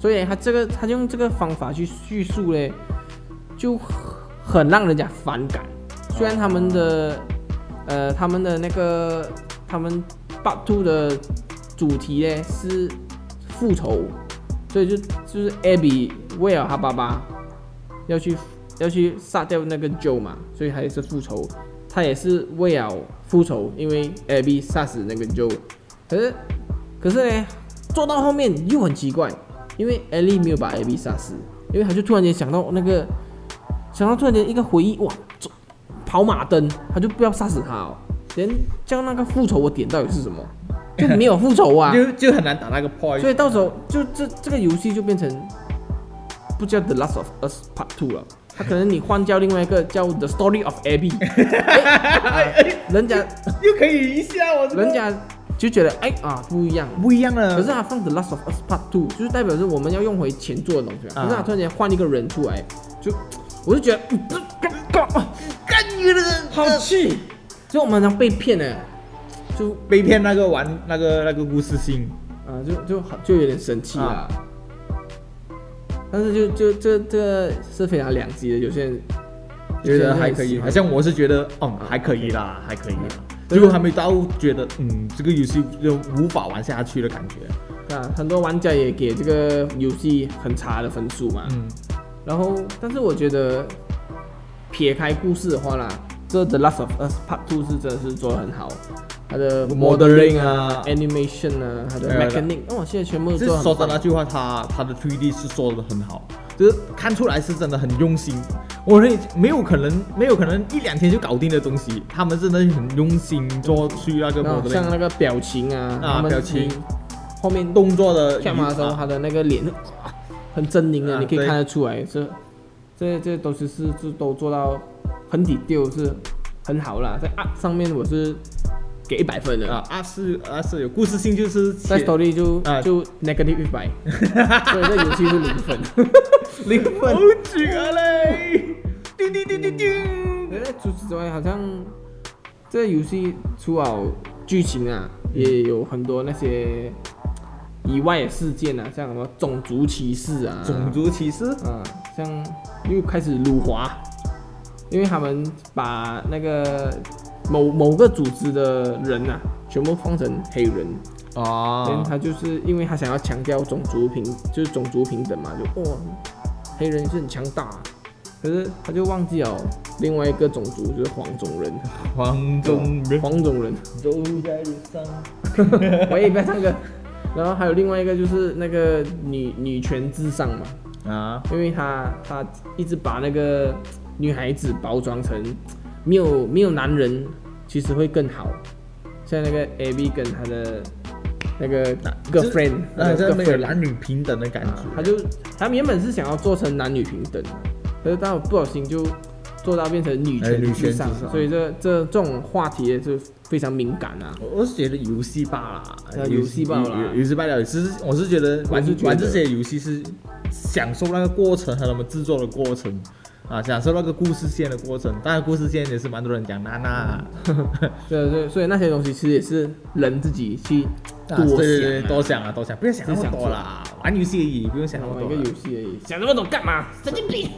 [SPEAKER 2] 所以他这个他就用这个方法去叙述嘞，就很让人家反感。虽然他们的呃他们的那个他们 Part Two 的主题嘞是复仇，所以就就是 Abby 为了他爸爸要去要去杀掉那个 Joe 嘛，所以他也是复仇。他也是为了复仇，因为 Abby 杀死那个 Joe。可是，可是呢，做到后面又很奇怪，因为 Ellie 没有把 Abby 杀死，因为他就突然间想到那个，想到突然间一个回忆，哇，走跑马灯，他就不要杀死他哦。连叫那个复仇的点到底是什么，就没有复仇啊。
[SPEAKER 1] 就就很难打那个 point。
[SPEAKER 2] 所以到时候就这这个游戏就变成不叫 The Last of Us Part Two 了，它可能你换叫另外一个叫 The Story of Abby，、哎啊人家
[SPEAKER 1] 又可以一下我这个
[SPEAKER 2] 人家就觉得哎啊不一样。
[SPEAKER 1] 不一样了。
[SPEAKER 2] 可是他放 The Last of Us Part Two，就是代表是我们要用回前作的东西、啊。可是他突然间换一个人出来，就我就觉得嗯这这这
[SPEAKER 1] 干你的
[SPEAKER 2] 好气，就我们好像被骗了，就
[SPEAKER 1] 被骗那个玩那个那个故事性，
[SPEAKER 2] 啊，就就好就有点生气了。
[SPEAKER 1] 啊
[SPEAKER 2] 但是就就这这是非常两极的，有些人
[SPEAKER 1] 觉得还可以。好
[SPEAKER 2] 有些人
[SPEAKER 1] 像我是觉得，嗯，还可以啦，还可以啦。
[SPEAKER 2] 啊对
[SPEAKER 1] 结果还没到觉得，嗯，这个游戏就无法玩下去的感觉。
[SPEAKER 2] 很喜欢啊，很多玩家也给这个游戏很差的分数嘛。
[SPEAKER 1] 嗯，
[SPEAKER 2] 然后，但是我觉得撇开故事的话啦，这 The Last of Us Part Two 是真的是做的很好，它的
[SPEAKER 1] Modeling 啊
[SPEAKER 2] animation 啊，它的
[SPEAKER 1] 对啊
[SPEAKER 2] mechanic，哦，现在全部
[SPEAKER 1] 这
[SPEAKER 2] 做得
[SPEAKER 1] 说
[SPEAKER 2] 很
[SPEAKER 1] 的
[SPEAKER 2] 棒
[SPEAKER 1] 那句话，他他的 3D 是做的很好，就是看出来是真的很用心。我认为没有可能，没有可能一两天就搞定的东西，他们真的很用心做去那个
[SPEAKER 2] 然后像
[SPEAKER 1] modeling
[SPEAKER 2] 那个表情啊，
[SPEAKER 1] 啊
[SPEAKER 2] 他们
[SPEAKER 1] 表情
[SPEAKER 2] 后面
[SPEAKER 1] 动作的
[SPEAKER 2] 干嘛的时候，
[SPEAKER 1] 啊
[SPEAKER 2] 他的那个脸哇很狰狞的，
[SPEAKER 1] 啊
[SPEAKER 2] 你可以
[SPEAKER 1] 对
[SPEAKER 2] 看得出来，这这这东西是是都做到很底丢，是很好啦。在 art 上面我是给一百分的，
[SPEAKER 1] 啊，啊是啊是有故事性，就是
[SPEAKER 2] 在 story 就
[SPEAKER 1] 啊
[SPEAKER 2] 就 negative 一 百，所以这游戏是零分。
[SPEAKER 1] 零 分，好绝嘞！叮叮叮叮叮，
[SPEAKER 2] 呃除此之外，好像这游戏除了剧情啊，
[SPEAKER 1] 嗯
[SPEAKER 2] 也有很多那些以外的事件啊，像什么种族歧视啊，
[SPEAKER 1] 种族歧视，
[SPEAKER 2] 嗯，像又开始辱华，因为他们把那个某某个组织的人啊，全部放成黑人，然后
[SPEAKER 1] 哦，
[SPEAKER 2] 他就是因为他想要强调种族平，就是种族平等嘛，就哇，黑人是很强大、可是他就忘记了另外一个种族就是黄种人，
[SPEAKER 1] 黄种人
[SPEAKER 2] 黄种人，
[SPEAKER 1] 走在路上，
[SPEAKER 2] 我也不要唱歌。 然后还有另外一个就是那个女女权至上嘛，
[SPEAKER 1] 啊，
[SPEAKER 2] 因为他他一直把那个女孩子包装成没有没有男人其实会更好，像那个 A B 跟他的那个
[SPEAKER 1] 那
[SPEAKER 2] girlfriend，
[SPEAKER 1] 那
[SPEAKER 2] 个
[SPEAKER 1] 这没有
[SPEAKER 2] girlfriend
[SPEAKER 1] 男女平等的感
[SPEAKER 2] 啊
[SPEAKER 1] 觉，
[SPEAKER 2] 他就他们原本是想要做成男女平等，可是当我不小心就做到变成女
[SPEAKER 1] 哎
[SPEAKER 2] 权
[SPEAKER 1] 女权
[SPEAKER 2] 至上
[SPEAKER 1] 至上，
[SPEAKER 2] 所以这这这种话题是非常敏感啊。
[SPEAKER 1] 我我是觉得游戏罢了
[SPEAKER 2] 对，
[SPEAKER 1] 游
[SPEAKER 2] 游戏罢了
[SPEAKER 1] 游游戏罢了。其实我是觉得玩
[SPEAKER 2] 我是觉得
[SPEAKER 1] 玩这些游戏是享受那个过程和他们制作的过程。啊，享受那个故事线的过程，当然故事线也是蛮多人讲娜娜啊，
[SPEAKER 2] 对对，所以那些东西其实也是人自己去多
[SPEAKER 1] 啊
[SPEAKER 2] 想、
[SPEAKER 1] 对
[SPEAKER 2] 啊
[SPEAKER 1] 对对，多想啊，多想，不要想那哦么
[SPEAKER 2] 想
[SPEAKER 1] 多啦，玩游戏而已，不用想那么
[SPEAKER 2] 玩
[SPEAKER 1] 多
[SPEAKER 2] 一个
[SPEAKER 1] 啦。
[SPEAKER 2] 游戏而已，想那么多干嘛？神经病！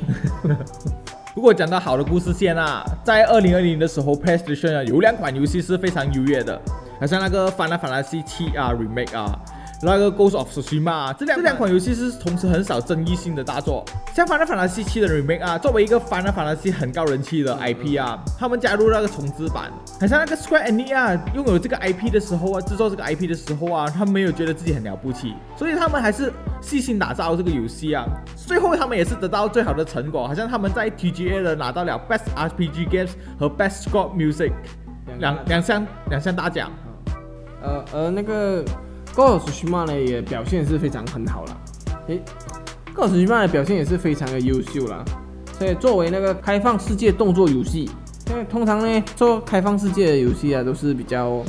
[SPEAKER 1] 如果讲到好的故事线啊，在二零二零的时候，PlayStation 啊有两款游戏是非常优越的，好像那个《Final Fantasy 七》啊 Remake 啊，那个《Ghost of Tsushima 啊》这两这两款游戏是同时很少争议性的大作。像《Final Fantasy 七》的 Remake 啊，作为一个《Final Fantasy》很高人气的 IP 啊，他们加入那个重置版，好像那个 Square Enix 啊，拥有这个 IP 的时候啊，制作这个 IP 的时候啊，他们没有觉得自己很了不起，所以他们还是细心打造这个游戏啊。最后他们也是得到最好的成果，好像他们在 TGA 的拿到了 Best RPG Games 和 Best Score Music 两两项两项大奖。
[SPEAKER 2] 呃呃，那个《高尔 s 须曼》呢也表现是非常很好了，诶，《高尔 s 须曼》的表现也是非常的优秀啦。所以作为那个开放世界动作游戏，因为通常呢做开放世界的游戏啊都是比较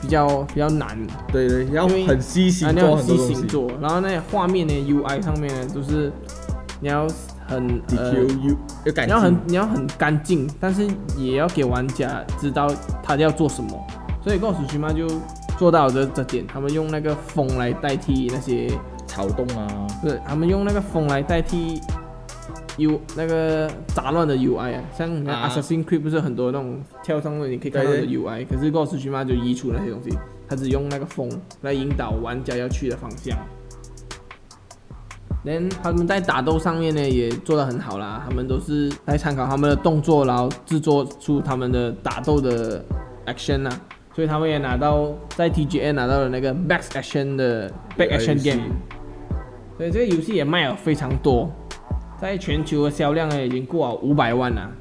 [SPEAKER 2] 比较比较难，
[SPEAKER 1] 对对，要
[SPEAKER 2] 因为
[SPEAKER 1] 很细心
[SPEAKER 2] 啊你
[SPEAKER 1] 做
[SPEAKER 2] 要
[SPEAKER 1] 很
[SPEAKER 2] 细
[SPEAKER 1] 多东
[SPEAKER 2] 心
[SPEAKER 1] 西。
[SPEAKER 2] 做，然后那画面呢 UI 上面呢都是你要很呃
[SPEAKER 1] DQ 有感
[SPEAKER 2] 你要很你要很干净，但是也要给玩家知道他要做什么。所以 Ghost s 就做到了这这点，他们用那个风来代替那些，
[SPEAKER 1] 草动啊，
[SPEAKER 2] 不是他们用那个风来代替 U 那个杂乱的 UI 啊，像你看
[SPEAKER 1] 啊
[SPEAKER 2] Assassin Creed 不是很多那种跳上去你可以看到的
[SPEAKER 1] 对对
[SPEAKER 2] UI，可是 Ghost s 就移除那些东西，他只用那个风来引导玩家要去的方向。连他们在打斗上面呢也做得很好啦，他们都是来参考他们的动作，然后制作出他们的打斗的 action 啦。所以他们也拿到在 TGA 拿到了那个 Back Action 的 Back Action
[SPEAKER 1] 游戏
[SPEAKER 2] Game，所以这个游戏也卖了非常多，在全球的销量呢已经过了五百万啦，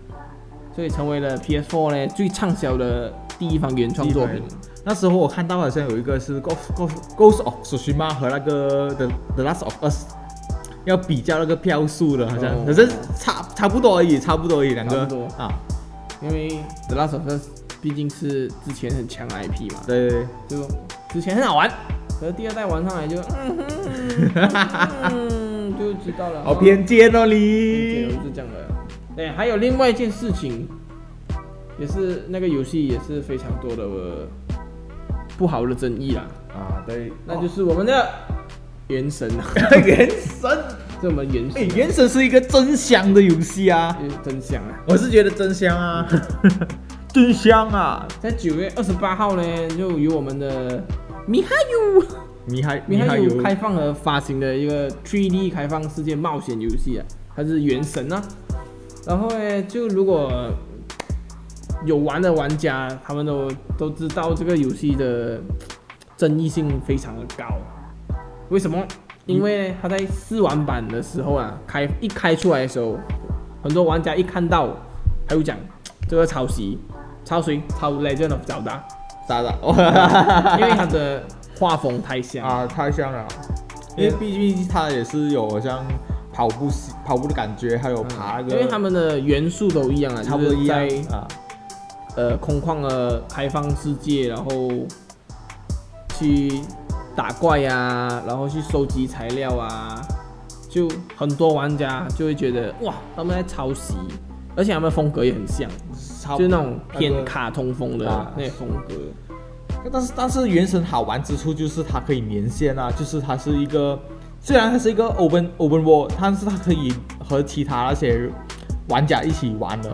[SPEAKER 2] 所以成为了 PS4 呢最畅销的第一方原创作品。
[SPEAKER 1] 那时候我看到好像有一个是 Ghost Ghost Ghost of Tsushima 和那个 The The Last of Us 要比较那个票数的，好像
[SPEAKER 2] 哦
[SPEAKER 1] 可是差差不多而已，差不多而已，两
[SPEAKER 2] 差
[SPEAKER 1] 个
[SPEAKER 2] 不多
[SPEAKER 1] 啊，
[SPEAKER 2] 因为 The Last of Us 毕竟是之前很强的 IP 嘛，
[SPEAKER 1] 对对
[SPEAKER 2] 就之前很好玩，可是第二代玩上来就，嗯哼，嗯就知道
[SPEAKER 1] 对，
[SPEAKER 2] 了。
[SPEAKER 1] 好偏见哦
[SPEAKER 2] 对，
[SPEAKER 1] 你
[SPEAKER 2] 我，是这样的。对，还有另外一件事情，也是那个游戏也是非常多的呃不好的争议啦，
[SPEAKER 1] 啊对，
[SPEAKER 2] 那就是我们的《原神》啊，
[SPEAKER 1] 是原神，
[SPEAKER 2] 这我们《原神啊
[SPEAKER 1] 哎，》原神是一个真香的游戏啊，
[SPEAKER 2] 就是真香啊。
[SPEAKER 1] 我是觉得真香啊， 真香啊，
[SPEAKER 2] 在九月二十八号呢，就由我们的米哈游，
[SPEAKER 1] 米海
[SPEAKER 2] 米哈游
[SPEAKER 1] 游
[SPEAKER 2] 开放和发行的一个 3D 开放世界冒险游戏啊，它是《原神》啊。然后呢，就如果有玩的玩家，他们都都知道这个游戏的争议性非常的高。为什么？因为它在试玩版的时候啊，开一开出来的时候，很多玩家一看到，他就讲这个抄袭，抄谁？抄 Legend of Zelda，
[SPEAKER 1] 咋 的？
[SPEAKER 2] 因为它的画风太 像。
[SPEAKER 1] 啊，太香了，因为毕竟它也是有好像跑步系跑步的感觉，还有爬那个，
[SPEAKER 2] 因为他们的元素都一样啊，
[SPEAKER 1] 差不多
[SPEAKER 2] 就是
[SPEAKER 1] 一样
[SPEAKER 2] 在
[SPEAKER 1] 啊，
[SPEAKER 2] 呃空旷的开放世界，然后去打怪呀、然后去收集材料啊，就很多玩家就会觉得哇，他们在抄袭，而且他们风格也很像，
[SPEAKER 1] 差不
[SPEAKER 2] 就是
[SPEAKER 1] 多
[SPEAKER 2] 那种
[SPEAKER 1] 那
[SPEAKER 2] 偏
[SPEAKER 1] 个
[SPEAKER 2] 卡通风的
[SPEAKER 1] 啊
[SPEAKER 2] 那些风格。
[SPEAKER 1] 但是但是原神好玩之处就是它可以连线啊，就是它是一个虽然它是一个 open open world，但是它可以和其他那些玩家一起玩的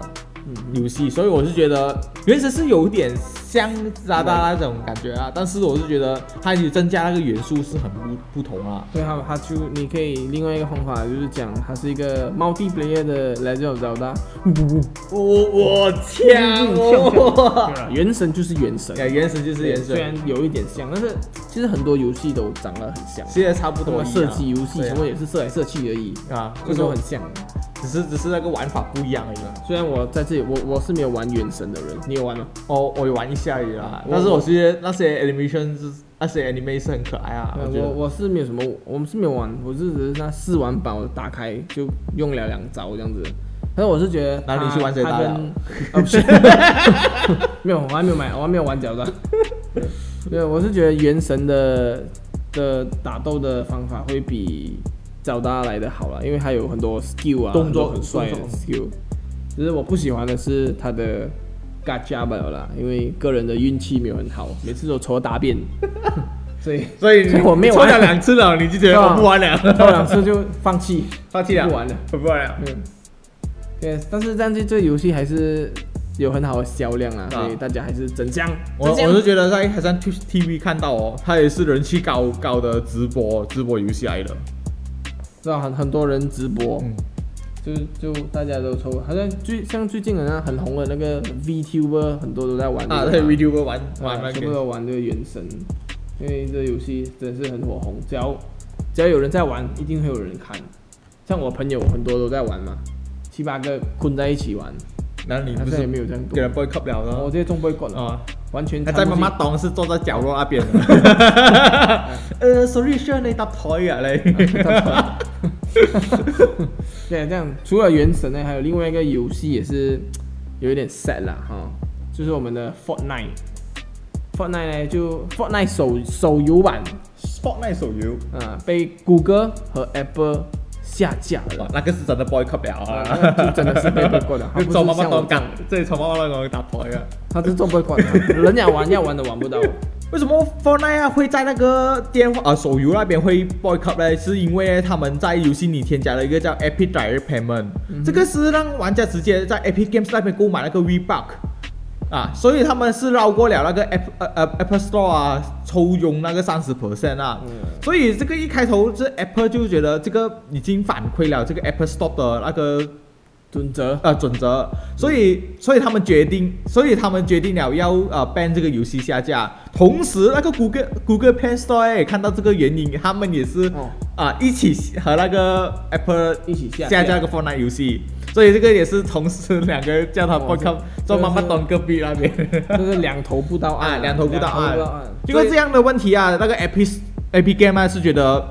[SPEAKER 2] 嗯
[SPEAKER 1] 游戏，所以我是觉得原神是有点像渣渣那种感觉啊，但是我是觉得它有增加那个元素是很不不同啊。
[SPEAKER 2] 对，他他就你可以另外一个方法就是讲，它是一个 multiplayer 的 Legend of Zelda，
[SPEAKER 1] 我我天哦！
[SPEAKER 2] 原神就是啊原神。
[SPEAKER 1] 哎，原神就是原
[SPEAKER 2] 虽
[SPEAKER 1] 神，
[SPEAKER 2] 然有一点像，但是其实很多游戏都长得很像，
[SPEAKER 1] 其实差不
[SPEAKER 2] 什
[SPEAKER 1] 多
[SPEAKER 2] 么
[SPEAKER 1] 一样
[SPEAKER 2] 射击游戏
[SPEAKER 1] 对啊
[SPEAKER 2] 什么也是射来射去而已，
[SPEAKER 1] 啊，
[SPEAKER 2] 所
[SPEAKER 1] 就
[SPEAKER 2] 以
[SPEAKER 1] 是
[SPEAKER 2] 说很
[SPEAKER 1] 很
[SPEAKER 2] 像。
[SPEAKER 1] 只是只是那个玩法不一样而已啦。
[SPEAKER 2] 虽然我在这里，我我是没有玩原神的人，你有玩吗？
[SPEAKER 1] 哦，我有玩一下而已啦，
[SPEAKER 2] 啊我
[SPEAKER 1] 但是我觉得那些 animation 是那些 anime 是很可爱啊，我觉
[SPEAKER 2] 我
[SPEAKER 1] 得。
[SPEAKER 2] 我是没有什么，我们是没有玩，我是只是那试玩版我打开就用了两招这样子，但是我是觉得
[SPEAKER 1] 那
[SPEAKER 2] 它，
[SPEAKER 1] 你去玩谁
[SPEAKER 2] 它
[SPEAKER 1] 打了
[SPEAKER 2] 跟？哦，不是， 没有，我还没有买，我还没有玩脚的。对，我是觉得原神的的打斗的方法会比脚大来的好了，因为它有很多 skill 啊，
[SPEAKER 1] 动作
[SPEAKER 2] 很多很帅的
[SPEAKER 1] 动作
[SPEAKER 2] skill。只是我不喜欢的是它的 gacha 罢了啦，因为个人的运气没有很好，每次都抽 大便，所以
[SPEAKER 1] 所以你
[SPEAKER 2] 所 以我没有
[SPEAKER 1] 抽
[SPEAKER 2] 玩
[SPEAKER 1] 奖两次了，你就觉得
[SPEAKER 2] 啊
[SPEAKER 1] 我不玩了，
[SPEAKER 2] 抽两次就放弃。
[SPEAKER 1] 放弃了，
[SPEAKER 2] 不玩了，
[SPEAKER 1] 不玩了。
[SPEAKER 2] 嗯，对，但是但是这游戏还是有很好的销量啊，
[SPEAKER 1] 啊
[SPEAKER 2] 所以大家还是整箱。
[SPEAKER 1] 我
[SPEAKER 2] 整箱
[SPEAKER 1] 我是觉得在还在 Twitch TV 看到哦，它也是人气高高的直播直播游戏来的。
[SPEAKER 2] 知道很很多人直播，
[SPEAKER 1] 嗯
[SPEAKER 2] 就就大家都抽，好像最像最近好像很红的那个 VTuber，很多都在玩
[SPEAKER 1] 啊，
[SPEAKER 2] 这个
[SPEAKER 1] 对
[SPEAKER 2] 嘛
[SPEAKER 1] ，VTuber 玩玩
[SPEAKER 2] 啊
[SPEAKER 1] 那
[SPEAKER 2] 全部
[SPEAKER 1] 个，
[SPEAKER 2] 都玩这个原神，因为这游戏真的是很火红，只要只要有人在玩，一定会有人看。像我朋友很多都在玩嘛，七八个困在一起玩，
[SPEAKER 1] 那你
[SPEAKER 2] 但
[SPEAKER 1] 不
[SPEAKER 2] 是也
[SPEAKER 1] 是
[SPEAKER 2] 没有这样
[SPEAKER 1] 给
[SPEAKER 2] 多
[SPEAKER 1] 人。boy cup 了
[SPEAKER 2] 我
[SPEAKER 1] 呢？
[SPEAKER 2] 这些中不会管了，
[SPEAKER 1] 啊，
[SPEAKER 2] 完全
[SPEAKER 1] 他在
[SPEAKER 2] 参不
[SPEAKER 1] 妈妈
[SPEAKER 2] 进
[SPEAKER 1] 懂是坐在角落那边的。 呃，sorry，需要你搭台啊你。
[SPEAKER 2] 对，这样除了原神呢，还有另外一个游戏也是有一点 sad 啦哈，就是我们的 Fortnite。Fortnite 呢，就 Fortnite 手手游版
[SPEAKER 1] Spotlight 手游，
[SPEAKER 2] 啊、被谷歌和 Apple 下架
[SPEAKER 1] 哇
[SPEAKER 2] 了，，
[SPEAKER 1] 那个是真的 boy cup 了
[SPEAKER 2] 啊
[SPEAKER 1] 啊。
[SPEAKER 2] 那就真的是被被 过的，它
[SPEAKER 1] 你
[SPEAKER 2] 不
[SPEAKER 1] 做
[SPEAKER 2] 是
[SPEAKER 1] 妈妈
[SPEAKER 2] 像我
[SPEAKER 1] 懂讲，这里做妈妈那个搭台啊。
[SPEAKER 2] 它是做不管的，人家玩要玩都玩 不到。
[SPEAKER 1] 为什么 Fortnite 啊会在那个电话啊手游那边会 boycott 呢？是因为他们在游戏里添加了一个叫 Epic Direct Payment，、这个是让玩家直接在 Epic Games 那边购买那个 V Buck 啊，所以他们是绕过了那个 App 呃呃 Apple Store 啊抽佣那个三十 percent 啊，所以这个一开头这 Apple 就觉得这个已经反馈了这个 Apple Store 的那个
[SPEAKER 2] 准则
[SPEAKER 1] 呃准则，所以所以他们决定，所以他们决定了要呃 ban 这个游戏下架。同时，那个谷歌谷歌 Play Store 也看到这个原因，他们也是啊、
[SPEAKER 2] 哦
[SPEAKER 1] 一起和那个 Apple
[SPEAKER 2] 一起下
[SPEAKER 1] 下架那个 Fortnite 游戏，所以这个也是同时两个叫他
[SPEAKER 2] 哇
[SPEAKER 1] b o y
[SPEAKER 2] 哦这
[SPEAKER 1] c o 做妈妈
[SPEAKER 2] 这个是
[SPEAKER 1] 端隔壁那边
[SPEAKER 2] 就是两头不到岸
[SPEAKER 1] 啊，两头不到岸
[SPEAKER 2] 两头不到岸。，
[SPEAKER 1] 因为这样的问题啊，那个 Epic Epic Game 啊是觉得。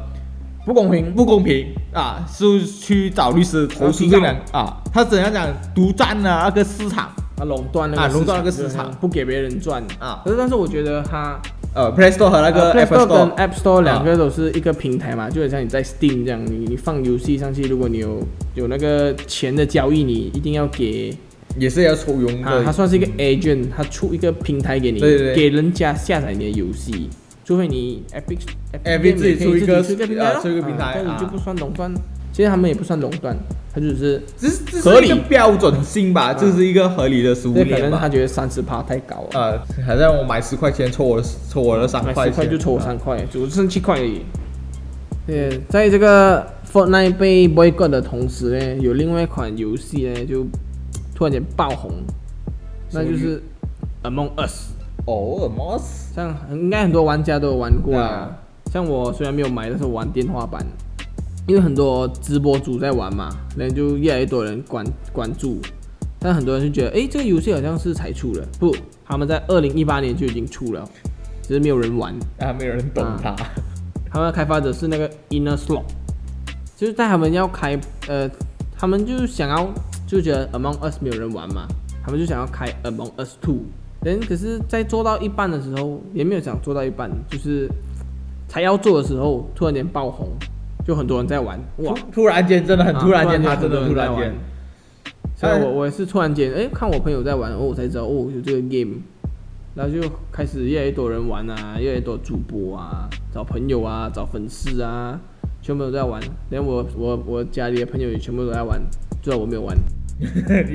[SPEAKER 2] 不公平，
[SPEAKER 1] 不公平啊，是去找律师投诉这两啊，他怎样讲独占了那个市场
[SPEAKER 2] 啊，垄断那个
[SPEAKER 1] 啊
[SPEAKER 2] 市场
[SPEAKER 1] 垄断那个市场
[SPEAKER 2] 就是不给别人赚
[SPEAKER 1] 啊
[SPEAKER 2] 可是但是我觉得它
[SPEAKER 1] 呃，Play Store 和那个
[SPEAKER 2] 呃 Play
[SPEAKER 1] App
[SPEAKER 2] Store 跟
[SPEAKER 1] Store，
[SPEAKER 2] App Store
[SPEAKER 1] 啊
[SPEAKER 2] 两个都是一个平台嘛，就很像你在 Steam 这样，你你放游戏上去，如果你有有那个钱的交易，你一定要给
[SPEAKER 1] 也是要抽佣
[SPEAKER 2] 啊，
[SPEAKER 1] 的
[SPEAKER 2] 它。算是一个 agent，它出一个平台给
[SPEAKER 1] 嗯
[SPEAKER 2] 你，
[SPEAKER 1] 对对对
[SPEAKER 2] 给人家下载你的游戏，除非你 Epic
[SPEAKER 1] Epic
[SPEAKER 2] Game
[SPEAKER 1] 自己
[SPEAKER 2] 也可以
[SPEAKER 1] 出一个
[SPEAKER 2] 自己出一个平台
[SPEAKER 1] 啊
[SPEAKER 2] 咯，
[SPEAKER 1] 出一个平台
[SPEAKER 2] 啊这样
[SPEAKER 1] 啊
[SPEAKER 2] 你就不算垄断。其实他们也不算垄断，它只是
[SPEAKER 1] 这是这
[SPEAKER 2] 合
[SPEAKER 1] 是一
[SPEAKER 2] 理
[SPEAKER 1] 个标准性吧，这是一个合理的食物
[SPEAKER 2] 这可能
[SPEAKER 1] 链
[SPEAKER 2] 他
[SPEAKER 1] 吧。
[SPEAKER 2] 觉得三十趴太高了，
[SPEAKER 1] 呃，还让我买十块钱抽我的抽我的三
[SPEAKER 2] 买
[SPEAKER 1] 块
[SPEAKER 2] 十块
[SPEAKER 1] 钱，啊
[SPEAKER 2] 就抽我三块，只剩七块而已。对，在这个 Fortnite 被 boycott 的同时呢，有另外一款游戏呢就突然间爆红，那就是 Among Us。
[SPEAKER 1] 偶尔 m o s
[SPEAKER 2] 像应该很多玩家都有玩过
[SPEAKER 1] 对
[SPEAKER 2] 啦
[SPEAKER 1] 啊。
[SPEAKER 2] 像我虽然没有买，但是我玩电话版，因为很多直播主在玩嘛，然后就越来越多人关关注。但很多人就觉得，诶，这个游戏好像是才出了，不，他们在二零一八年就已经出了，只是没有人玩。
[SPEAKER 1] 啊，没有人懂它。
[SPEAKER 2] 他们的开发者是那个 Inner Slot，就是在他们要开呃，他们就想要就觉得 Among Us 没有人玩嘛，他们就想要开 Among Us Two，人可是，在做到一半的时候，也没有想做到一半，就是才要做的时候，突然间爆红，就很多人在玩，哇！
[SPEAKER 1] 突突然间真 的很
[SPEAKER 2] 啊
[SPEAKER 1] 突然间，它
[SPEAKER 2] 很
[SPEAKER 1] 真
[SPEAKER 2] 多
[SPEAKER 1] 的
[SPEAKER 2] 人
[SPEAKER 1] 突
[SPEAKER 2] 在
[SPEAKER 1] 然
[SPEAKER 2] 玩
[SPEAKER 1] 间。
[SPEAKER 2] 所以
[SPEAKER 1] 哎
[SPEAKER 2] 我我也是突然间，哎，看我朋友在玩，哦，我才知道哦有这个 game，然后就开始越来越多人玩啊，越来越多主播啊，找朋友啊，找粉丝啊，全部都在玩。连我我我家里的朋友也全部都在玩，最后我没有玩，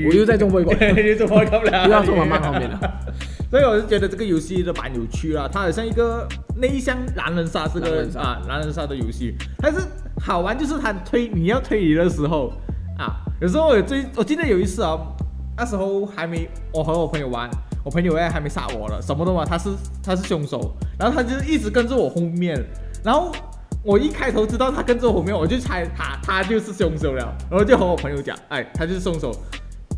[SPEAKER 2] 我又在中国一关，
[SPEAKER 1] 你怎么搞不了？
[SPEAKER 2] 又要坐我妈旁边了。
[SPEAKER 1] 所以我就觉得这个游戏都蛮有趣啦，它好像一个内向狼人杀这
[SPEAKER 2] 狼
[SPEAKER 1] 个
[SPEAKER 2] 人杀
[SPEAKER 1] 啊狼人杀的游戏，但是好玩就是它推你要推理的时候啊，有时候我最我记得有一次啊，那时候还没我和我朋友玩，我朋友哎还没杀我了，什么都嘛，他是他是凶手，然后他就一直跟着我后面，然后。我一开头知道他跟着我后面，我就猜他他就是凶手了，然后就和我朋友讲，哎，他就是凶手。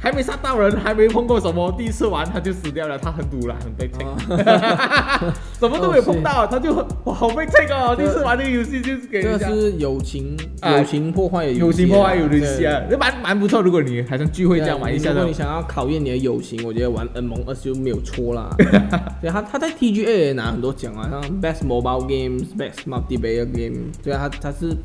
[SPEAKER 1] 还没杀到人，还没碰过什么，第一次玩他就死掉了，他很堵了，很悲催，
[SPEAKER 2] 哦
[SPEAKER 1] 什么都没有碰到，他就哇好悲催哦，第一次玩这个游戏就是给
[SPEAKER 2] 这
[SPEAKER 1] 人
[SPEAKER 2] 个
[SPEAKER 1] 家。
[SPEAKER 2] 是友情
[SPEAKER 1] 啊
[SPEAKER 2] 友情破坏的
[SPEAKER 1] 有
[SPEAKER 2] 戏
[SPEAKER 1] 心
[SPEAKER 2] 啊
[SPEAKER 1] 破坏有人
[SPEAKER 2] 对
[SPEAKER 1] 戏啊，那蛮蛮不错。如果你还想聚会这样玩一下
[SPEAKER 2] 如
[SPEAKER 1] 的
[SPEAKER 2] 果你，想要考验你的友情，我觉得玩 N 盟二就没有 错啦。对他，他在 TGA 也拿很多奖啊，像 Best Mobile Games、Best Multiplayer Game，对啊，他他是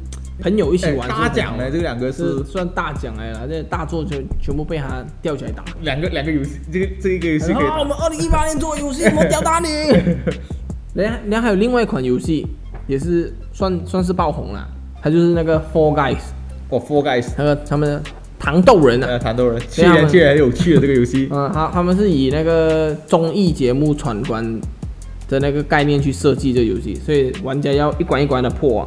[SPEAKER 2] 朋友一起
[SPEAKER 1] 哎
[SPEAKER 2] 玩是很
[SPEAKER 1] 大
[SPEAKER 2] 好的，
[SPEAKER 1] 奖呢，这两个是
[SPEAKER 2] 是算大奖来了，这大作全全部被他吊起来打。
[SPEAKER 1] 两个两个游戏，这个这一个游戏可以
[SPEAKER 2] 然后
[SPEAKER 1] 打。
[SPEAKER 2] 我们二零一八年做游戏，我吊打你。人家人家还有另外一款游戏，也是算算是爆红啦，它就是那个 Four Guys，
[SPEAKER 1] 哦，Four Guys，
[SPEAKER 2] 那个他们的糖豆人啊，
[SPEAKER 1] 呃，糖豆人，去
[SPEAKER 2] 对啊我
[SPEAKER 1] 年
[SPEAKER 2] 们
[SPEAKER 1] 居然有趣的这个游戏，
[SPEAKER 2] 嗯，他他们是以那个综艺节目闯关的那个概念去设计这游戏，所以玩家要一关一关的破、啊。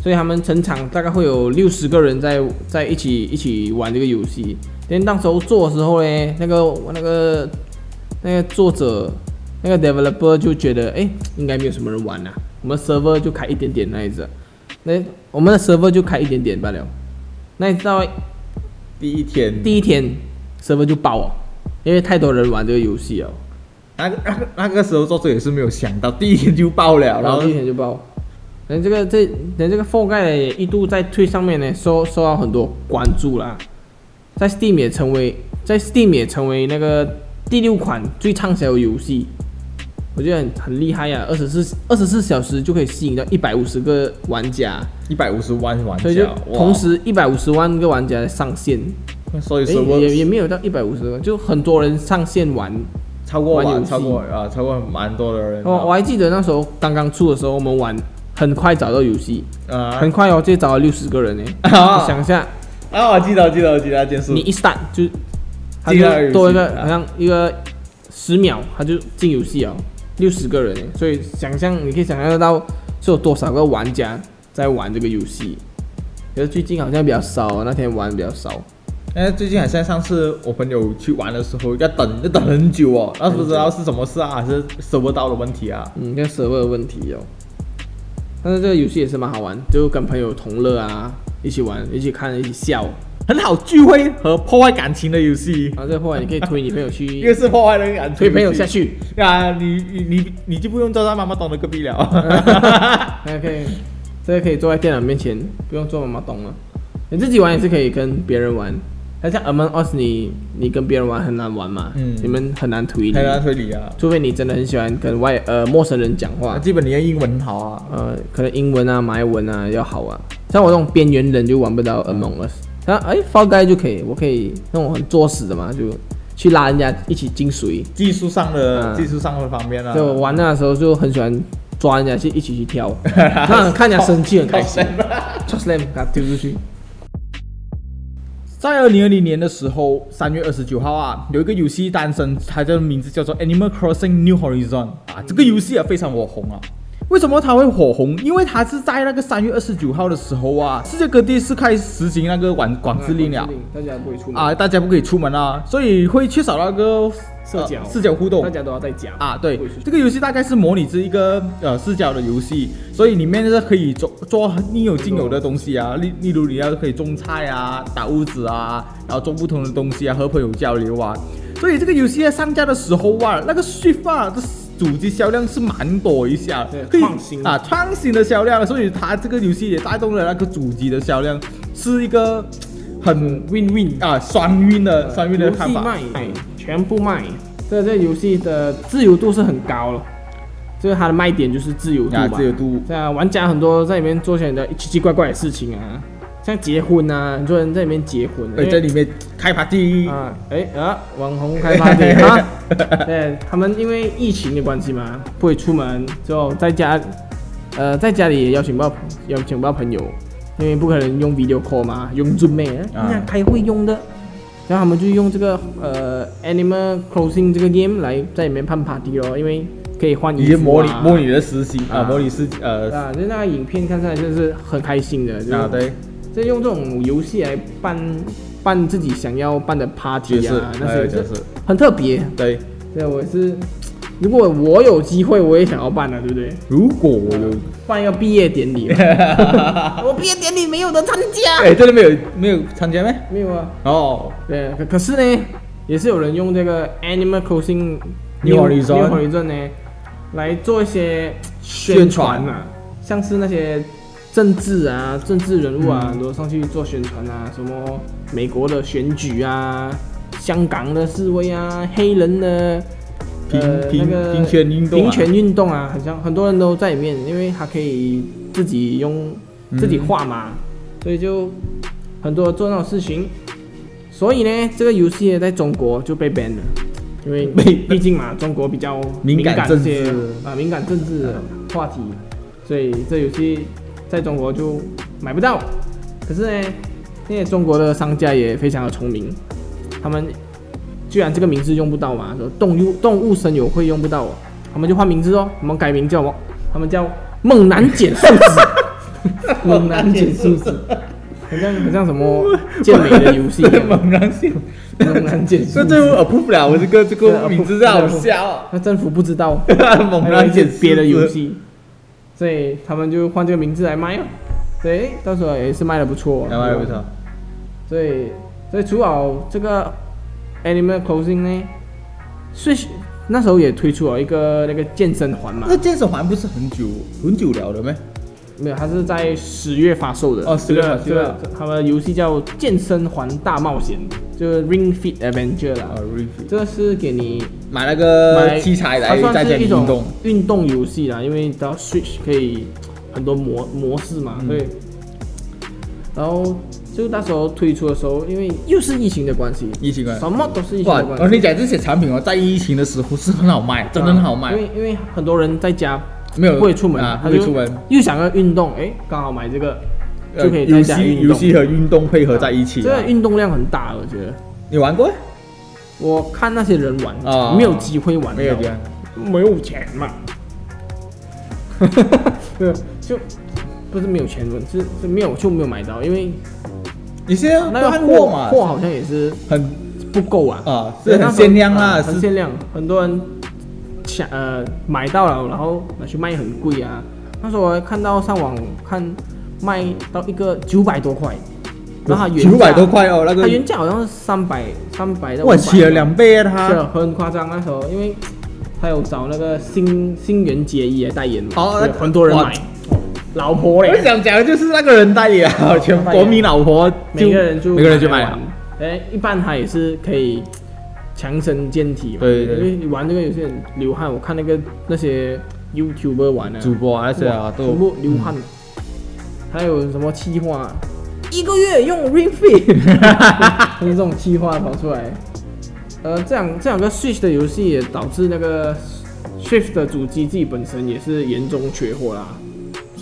[SPEAKER 2] 所以他们整场大概会有六十个人在在一起一起玩这个游戏。但到时候做的时候呢，那个那个那个作者那个 developer 就觉得，哎，应该没有什么人玩了、啊我们 server 就开一点点那一只，那我们的 server 就开一点点罢了。那你知道
[SPEAKER 1] 第一天，
[SPEAKER 2] 第一天 server 就爆哦，因为太多人玩这个游戏哦，
[SPEAKER 1] 那个那个那个时候作者也是没有想到，第一天就爆了，
[SPEAKER 2] 然
[SPEAKER 1] 然
[SPEAKER 2] 后
[SPEAKER 1] 后
[SPEAKER 2] 第一天就爆。哦连这个这连这个 f o r g u y 也一度在推上面呢受受到很多关注啦，在 Steam 也成为在 Steam 也成为那个第六款最畅销的游戏，我觉得很很厉害啊！二十四二十四小时就可以吸引到一百五十个玩家，
[SPEAKER 1] 一百五十万玩
[SPEAKER 2] 所以就
[SPEAKER 1] 家，哇
[SPEAKER 2] 同，时一百五十万个玩家上线，
[SPEAKER 1] 所以
[SPEAKER 2] 诶
[SPEAKER 1] 说我
[SPEAKER 2] 也也没有到一百五十个，就很多人上线玩
[SPEAKER 1] 超过哦
[SPEAKER 2] 玩游
[SPEAKER 1] 玩
[SPEAKER 2] 戏
[SPEAKER 1] 超过啊，超过蛮多的人，
[SPEAKER 2] 哦
[SPEAKER 1] 啊
[SPEAKER 2] 我我还记得那时候刚刚出的时候，我们玩很快找到游戏，
[SPEAKER 1] 啊
[SPEAKER 2] 很快哦，就找了六十个人呢。欸
[SPEAKER 1] 啊
[SPEAKER 2] 你想一下，
[SPEAKER 1] 啊，我记得我记得我记得那件事
[SPEAKER 2] 你，一 start 就，他
[SPEAKER 1] 进到游戏
[SPEAKER 2] 就多一个
[SPEAKER 1] 啊
[SPEAKER 2] 好像一个十秒，他就进游戏哦，六十个人呢。所以想象你可以想象得到是有多少个玩家在玩这个游戏。可是最近好像比较少哦，那天玩比较少。
[SPEAKER 1] 哎，最近好像上次我朋友去玩的时候要等要等很久哦，那不知道是什么事啊，还是收不到的问题啊，
[SPEAKER 2] 嗯，跟 server 的问题哦。但是这个游戏也是蛮好玩，就跟朋友同乐啊，一起玩，一起看，一起笑。
[SPEAKER 1] 很好聚会和破坏感情的游戏，
[SPEAKER 2] 然后啊这个后来你可以推你朋 友去
[SPEAKER 1] 一个是破坏人感情，
[SPEAKER 2] 推朋 友下去，
[SPEAKER 1] 啊，你你你你就不用坐在妈妈懂的隔壁了。
[SPEAKER 2] 还可以，这个可以坐在电脑面前，不用做妈妈懂了。啊你自己玩也是可以跟别人玩，但像 Among Us 你你跟别人玩很难玩嘛，
[SPEAKER 1] 嗯
[SPEAKER 2] 你们很 难推理
[SPEAKER 1] 台，湾推理啊，
[SPEAKER 2] 除非你真的很喜欢跟外呃陌生人讲
[SPEAKER 1] 啊，
[SPEAKER 2] 话，
[SPEAKER 1] 基本你的英文很好啊，
[SPEAKER 2] 呃，可能英文啊、马来文啊要好啊。像我这种边缘人就玩不到 Among Us，然后哎 Fall Guy 就可以，我可以那种很作死的嘛，就去拉人家一起进水。
[SPEAKER 1] 技术上的、
[SPEAKER 2] 啊
[SPEAKER 1] 技术上的方面啊，
[SPEAKER 2] 所以我玩那时候就很喜欢抓人家去一起 去跳，那看人家生气很开心 j u s t slam 给他丢出去。
[SPEAKER 1] 在二零二零年的时候，三月二十九号啊，有一个游戏诞生，它的名字叫做《Animal Crossing New Horizon》啊，这个游戏啊非常火红啊。为什么它会火红？因为它是在那个三月二十九号的时候啊，世界各地是开始实行那个管管制令了，
[SPEAKER 2] 大家不会出门
[SPEAKER 1] 啊，大家不可以出门啊，所以会缺少那个
[SPEAKER 2] 社交
[SPEAKER 1] 呃、社交互动，
[SPEAKER 2] 大家都要在家
[SPEAKER 1] 啊，对
[SPEAKER 2] 不会出，去
[SPEAKER 1] 这个游戏大概是模拟这一个呃视角的游戏，所以里面是可以做做应有尽有的东西
[SPEAKER 2] 嗯
[SPEAKER 1] 啊，例例如你要可以种菜啊、打屋子啊，然后做不同的东西啊，和朋友交流啊。所以这个游戏在上架的时候啊，那个 Shift 啊，这主机销量是蛮多一下，
[SPEAKER 2] 对
[SPEAKER 1] 可以
[SPEAKER 2] 创新
[SPEAKER 1] 啊，创新的销量，所以它这个游戏也带动了那个主机的销量，是一个很
[SPEAKER 2] win win
[SPEAKER 1] 啊双运的双运的看法。
[SPEAKER 2] 卖，全部卖。这这游戏的自由度是很高了，这个它的卖点就是自由度
[SPEAKER 1] 啊，
[SPEAKER 2] 嘛。
[SPEAKER 1] 自由度
[SPEAKER 2] 对啊，玩家很多在里面做些很多奇奇怪怪的事情啊，像结婚啊，很多人在里面结婚。
[SPEAKER 1] 对，
[SPEAKER 2] 因为
[SPEAKER 1] 在里面开 party
[SPEAKER 2] 啊，哎啊，网红 开发点啊，对他们因为疫情的关系嘛，不会出门，就在家，呃，在家里也邀请不到邀请不到朋友，因为不可能用 video call 嘛，用 Zoom 咩，
[SPEAKER 1] 啊
[SPEAKER 2] 那开会用的，然后他们就用这个呃 Animal Crossing 这个 game 来在里面办 party 咯，因为可以换
[SPEAKER 1] 已
[SPEAKER 2] 衣服、
[SPEAKER 1] 经
[SPEAKER 2] 啊，
[SPEAKER 1] 模拟模拟的实习啊，
[SPEAKER 2] 啊
[SPEAKER 1] 模拟实呃
[SPEAKER 2] 啊，就那个影片看上来就是很开心的，就是、
[SPEAKER 1] 啊对，
[SPEAKER 2] 所以用这种游戏来办办自己想要办的
[SPEAKER 1] 爵
[SPEAKER 2] party
[SPEAKER 1] 士
[SPEAKER 2] 哎啊，，那
[SPEAKER 1] 还有
[SPEAKER 2] 些
[SPEAKER 1] 爵
[SPEAKER 2] 就
[SPEAKER 1] 士，
[SPEAKER 2] 很特别。
[SPEAKER 1] 对，
[SPEAKER 2] 啊对，我也是如果我有机会，我也想要办了，啊对不对？
[SPEAKER 1] 如果我有，
[SPEAKER 2] 办一个毕业典 礼吧，我毕业典礼没有人参加，
[SPEAKER 1] 哎，真的没有没有参加咩？
[SPEAKER 2] 没有啊。
[SPEAKER 1] 哦，
[SPEAKER 2] 对，可可是呢，也是有人用这个 Animal Crossing
[SPEAKER 1] New Horizon
[SPEAKER 2] New Horizon 呢，来做一些
[SPEAKER 1] 宣传
[SPEAKER 2] 传啊，像是那些政治啊、政治人物啊，
[SPEAKER 1] 嗯
[SPEAKER 2] 很多上去做宣传啊，什么美国的选举啊、香港的示威啊、黑人的。
[SPEAKER 1] 平
[SPEAKER 2] 呃
[SPEAKER 1] 平
[SPEAKER 2] 那个
[SPEAKER 1] 平权运动啊
[SPEAKER 2] 平权运动啊，好像很多人都在里面，因为他可以自己用
[SPEAKER 1] 嗯
[SPEAKER 2] 自己画嘛，所以就很多做那种事情。所以呢，这个游戏呢在中国就被 ban 了，因为
[SPEAKER 1] 被
[SPEAKER 2] 毕竟嘛，中国比较
[SPEAKER 1] 敏感
[SPEAKER 2] 感
[SPEAKER 1] 政
[SPEAKER 2] 这些
[SPEAKER 1] 治
[SPEAKER 2] 啊敏感政治的话题，所以这游戏在中国就买不到。可是呢，现在中国的商家也非常的聪明，他们居然这个名字用不到嘛，说动物动物声友会用不到哦，他们就换名字哦，他们改名叫我，他们叫猛男减速子，猛男减速 子，很像很像什么健美的游戏一 样，
[SPEAKER 1] 猛然性，
[SPEAKER 2] 猛男减速
[SPEAKER 1] 这
[SPEAKER 2] 子。
[SPEAKER 1] 最后 approve 不了，我这个这
[SPEAKER 2] 对
[SPEAKER 1] 个
[SPEAKER 2] ，approve
[SPEAKER 1] 名字真的好笑啊，
[SPEAKER 2] 那政府不知道，
[SPEAKER 1] 猛
[SPEAKER 2] 还有
[SPEAKER 1] 然
[SPEAKER 2] 一些
[SPEAKER 1] 性
[SPEAKER 2] 别的游，戏，所以他们就换这个名字来卖哦。对，到时候也是卖的不错、哦，
[SPEAKER 1] 两万不错，
[SPEAKER 2] 所以，所以除了这个 Animal Crossing 呢，Switch 那时候也推出了一个那个健身环嘛
[SPEAKER 1] 那，健身环不是很久很久了的咩？
[SPEAKER 2] 没有，它是在十月发售的。
[SPEAKER 1] 哦10月发售
[SPEAKER 2] 这个这个他们的游戏叫《健身环大冒险》，就是 Ring Fit Adventure 啦
[SPEAKER 1] 啊。，refill
[SPEAKER 2] 这个是给你
[SPEAKER 1] 买那
[SPEAKER 2] 买
[SPEAKER 1] 个呃器材来
[SPEAKER 2] 它
[SPEAKER 1] 在
[SPEAKER 2] 算
[SPEAKER 1] 家
[SPEAKER 2] 是
[SPEAKER 1] 里
[SPEAKER 2] 一
[SPEAKER 1] 运
[SPEAKER 2] 种
[SPEAKER 1] 动，
[SPEAKER 2] 运动游戏啦，因为到 Switch 可以很多模模式嘛，
[SPEAKER 1] 嗯
[SPEAKER 2] 对。然后就那时候推出的时候，因为又是疫情的关系，
[SPEAKER 1] 疫情关系
[SPEAKER 2] 什么都是疫情
[SPEAKER 1] 哇
[SPEAKER 2] 的！关系
[SPEAKER 1] 我。跟你讲，这些产品哦，在疫情的时候是很好卖，真的很好卖
[SPEAKER 2] 啊因，为因为很多人在家
[SPEAKER 1] 没有
[SPEAKER 2] 不会出门，
[SPEAKER 1] 啊，
[SPEAKER 2] 他
[SPEAKER 1] 不
[SPEAKER 2] 就
[SPEAKER 1] 会出门，
[SPEAKER 2] 又想要运动，哎，刚好买这个
[SPEAKER 1] 呃
[SPEAKER 2] 就可以在
[SPEAKER 1] 游
[SPEAKER 2] 家运
[SPEAKER 1] 戏
[SPEAKER 2] 动。
[SPEAKER 1] 游戏和运动配合在一起
[SPEAKER 2] 这
[SPEAKER 1] 啊
[SPEAKER 2] 个。运动量很大，我觉得。
[SPEAKER 1] 你玩过？
[SPEAKER 2] 我看那些人玩，
[SPEAKER 1] 啊
[SPEAKER 2] 没有机会玩，
[SPEAKER 1] 没有 这样，
[SPEAKER 2] 没有钱嘛。对，就不是没有钱，是是没有就没有买到，因为
[SPEAKER 1] 你现在
[SPEAKER 2] 那个
[SPEAKER 1] 断货
[SPEAKER 2] 货
[SPEAKER 1] 嘛，
[SPEAKER 2] 货好像也是
[SPEAKER 1] 很
[SPEAKER 2] 不够啊。
[SPEAKER 1] 啊，
[SPEAKER 2] 对
[SPEAKER 1] 是
[SPEAKER 2] 那
[SPEAKER 1] 很
[SPEAKER 2] 时候
[SPEAKER 1] 限量
[SPEAKER 2] 啊
[SPEAKER 1] 啦，
[SPEAKER 2] 很
[SPEAKER 1] 是
[SPEAKER 2] 限量，很多人抢呃买到了，然后拿去卖很贵啊。那时候我还看到上网看卖到一个九百多块，然后它原价
[SPEAKER 1] 九百多，块哦，那
[SPEAKER 2] 它
[SPEAKER 1] 个
[SPEAKER 2] 原价好像是三百三百到
[SPEAKER 1] 我
[SPEAKER 2] 500
[SPEAKER 1] 起了两倍啊，
[SPEAKER 2] 是
[SPEAKER 1] 它
[SPEAKER 2] 啊很夸张。那时候因为他有找那个新新垣结衣来代言嘛，
[SPEAKER 1] 哦
[SPEAKER 2] 所以
[SPEAKER 1] 那
[SPEAKER 2] 很多人
[SPEAKER 1] 哇哎
[SPEAKER 2] 买，老婆
[SPEAKER 1] 我
[SPEAKER 2] 嘞，
[SPEAKER 1] 想讲的就是那个人代 言啊，全国民老婆就
[SPEAKER 2] 每个人就
[SPEAKER 1] 每个人就买啊了
[SPEAKER 2] 玩。。哎，一般他也是可以强身健体嘛。
[SPEAKER 1] 对对对
[SPEAKER 2] 因为你玩这个有些人流汗，我看那个那些 YouTuber 玩的、
[SPEAKER 1] 主播啊那些啊
[SPEAKER 2] 哇全
[SPEAKER 1] 都
[SPEAKER 2] 部流汗。还有什么气话、一个月用 Ring Fit，就是这种气话跑出来。呃，这两这两个 Switch 的游戏也导致那个 Switch 的主机自己本身也是严重缺货啦。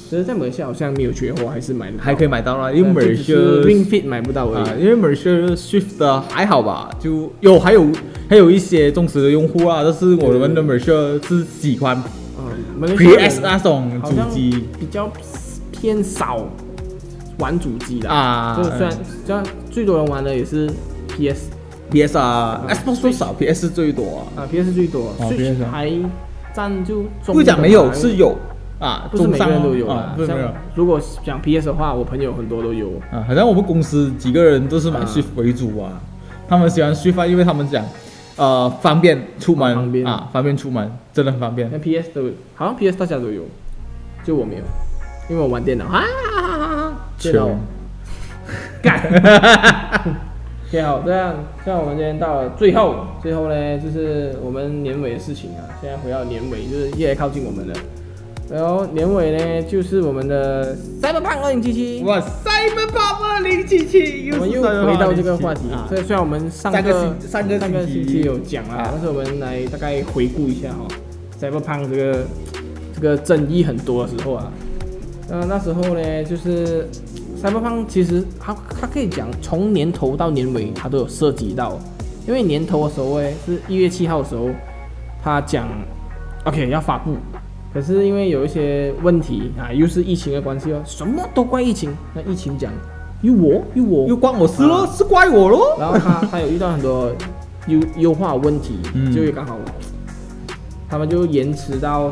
[SPEAKER 2] 只是在马来西亚好像没有缺货，还是买得 到
[SPEAKER 1] 还可以买到啦，因为
[SPEAKER 2] 但
[SPEAKER 1] 美
[SPEAKER 2] 就只是
[SPEAKER 1] 是
[SPEAKER 2] Ring Fit 买不到而已
[SPEAKER 1] 啊。，因为 Mercer Swift 的还好吧，就有还有还有一些忠实的用户啊，但是我们的 Mercer 是喜欢
[SPEAKER 2] 嗯，马来西亚人
[SPEAKER 1] PS 那种
[SPEAKER 2] 好
[SPEAKER 1] 主
[SPEAKER 2] 像
[SPEAKER 1] 机
[SPEAKER 2] 比较偏少玩主机的，
[SPEAKER 1] 啊
[SPEAKER 2] 就虽然虽然最多人玩的也是 PS
[SPEAKER 1] ，PS 啊
[SPEAKER 2] 啊
[SPEAKER 1] ，Xbox 最少，PS 最多啊，
[SPEAKER 2] 啊 PS 最多，
[SPEAKER 1] 哦
[SPEAKER 2] Switch
[SPEAKER 1] PS 啊
[SPEAKER 2] 还占就中
[SPEAKER 1] 不讲没有
[SPEAKER 2] 等啊
[SPEAKER 1] 是有啊，
[SPEAKER 2] 不是每个人都有
[SPEAKER 1] 啊
[SPEAKER 2] 啦，
[SPEAKER 1] 不是没
[SPEAKER 2] 像
[SPEAKER 1] 有。
[SPEAKER 2] 如果讲 PS 的话，我朋友很多都有，
[SPEAKER 1] 啊，好像我们公司几个人都是买
[SPEAKER 2] 啊
[SPEAKER 1] Swift 为主啊，他们喜欢 Swift，啊因为他们讲，呃，方便出门
[SPEAKER 2] 啊方便
[SPEAKER 1] 啊，方便出门，真的很方便
[SPEAKER 2] 那。PS 都有，好像 PS 大家都有，就我没有，因为我玩电脑啊，电脑
[SPEAKER 1] 穷
[SPEAKER 2] ，OK 好，这样这样我们今天到了最后，最后呢就是我们年尾的事情啊，现在回到年尾，就是越来越靠近我们了。然后年尾呢，就是我们的 Cyberpunk 2077，
[SPEAKER 1] 哇塞，Cyberpunk 二零七七，啊
[SPEAKER 2] 我们又回到这个话题。所以虽然我们上个
[SPEAKER 1] 上个星上个星期
[SPEAKER 2] 上个星期有讲了
[SPEAKER 1] 啊，
[SPEAKER 2] 但是我们来大概回顾一下哈、Cyberpunk 这个这个争议很多的时候啊，呃，那时候呢，就是 Cyberpunk 其实它它可以讲从年头到年尾它都有涉及到，因为年头的时候哎是一月七号的时候，他讲 OK 要发布，可是因为有一些问题啊，又是疫情的关系哦，什么都怪疫情，那疫情讲又我又我
[SPEAKER 1] 又关我事咯，
[SPEAKER 2] 啊
[SPEAKER 1] 是怪我咯。
[SPEAKER 2] 然后他他有遇到很多优优化问题，
[SPEAKER 1] 嗯
[SPEAKER 2] 就会刚好，他们就延迟到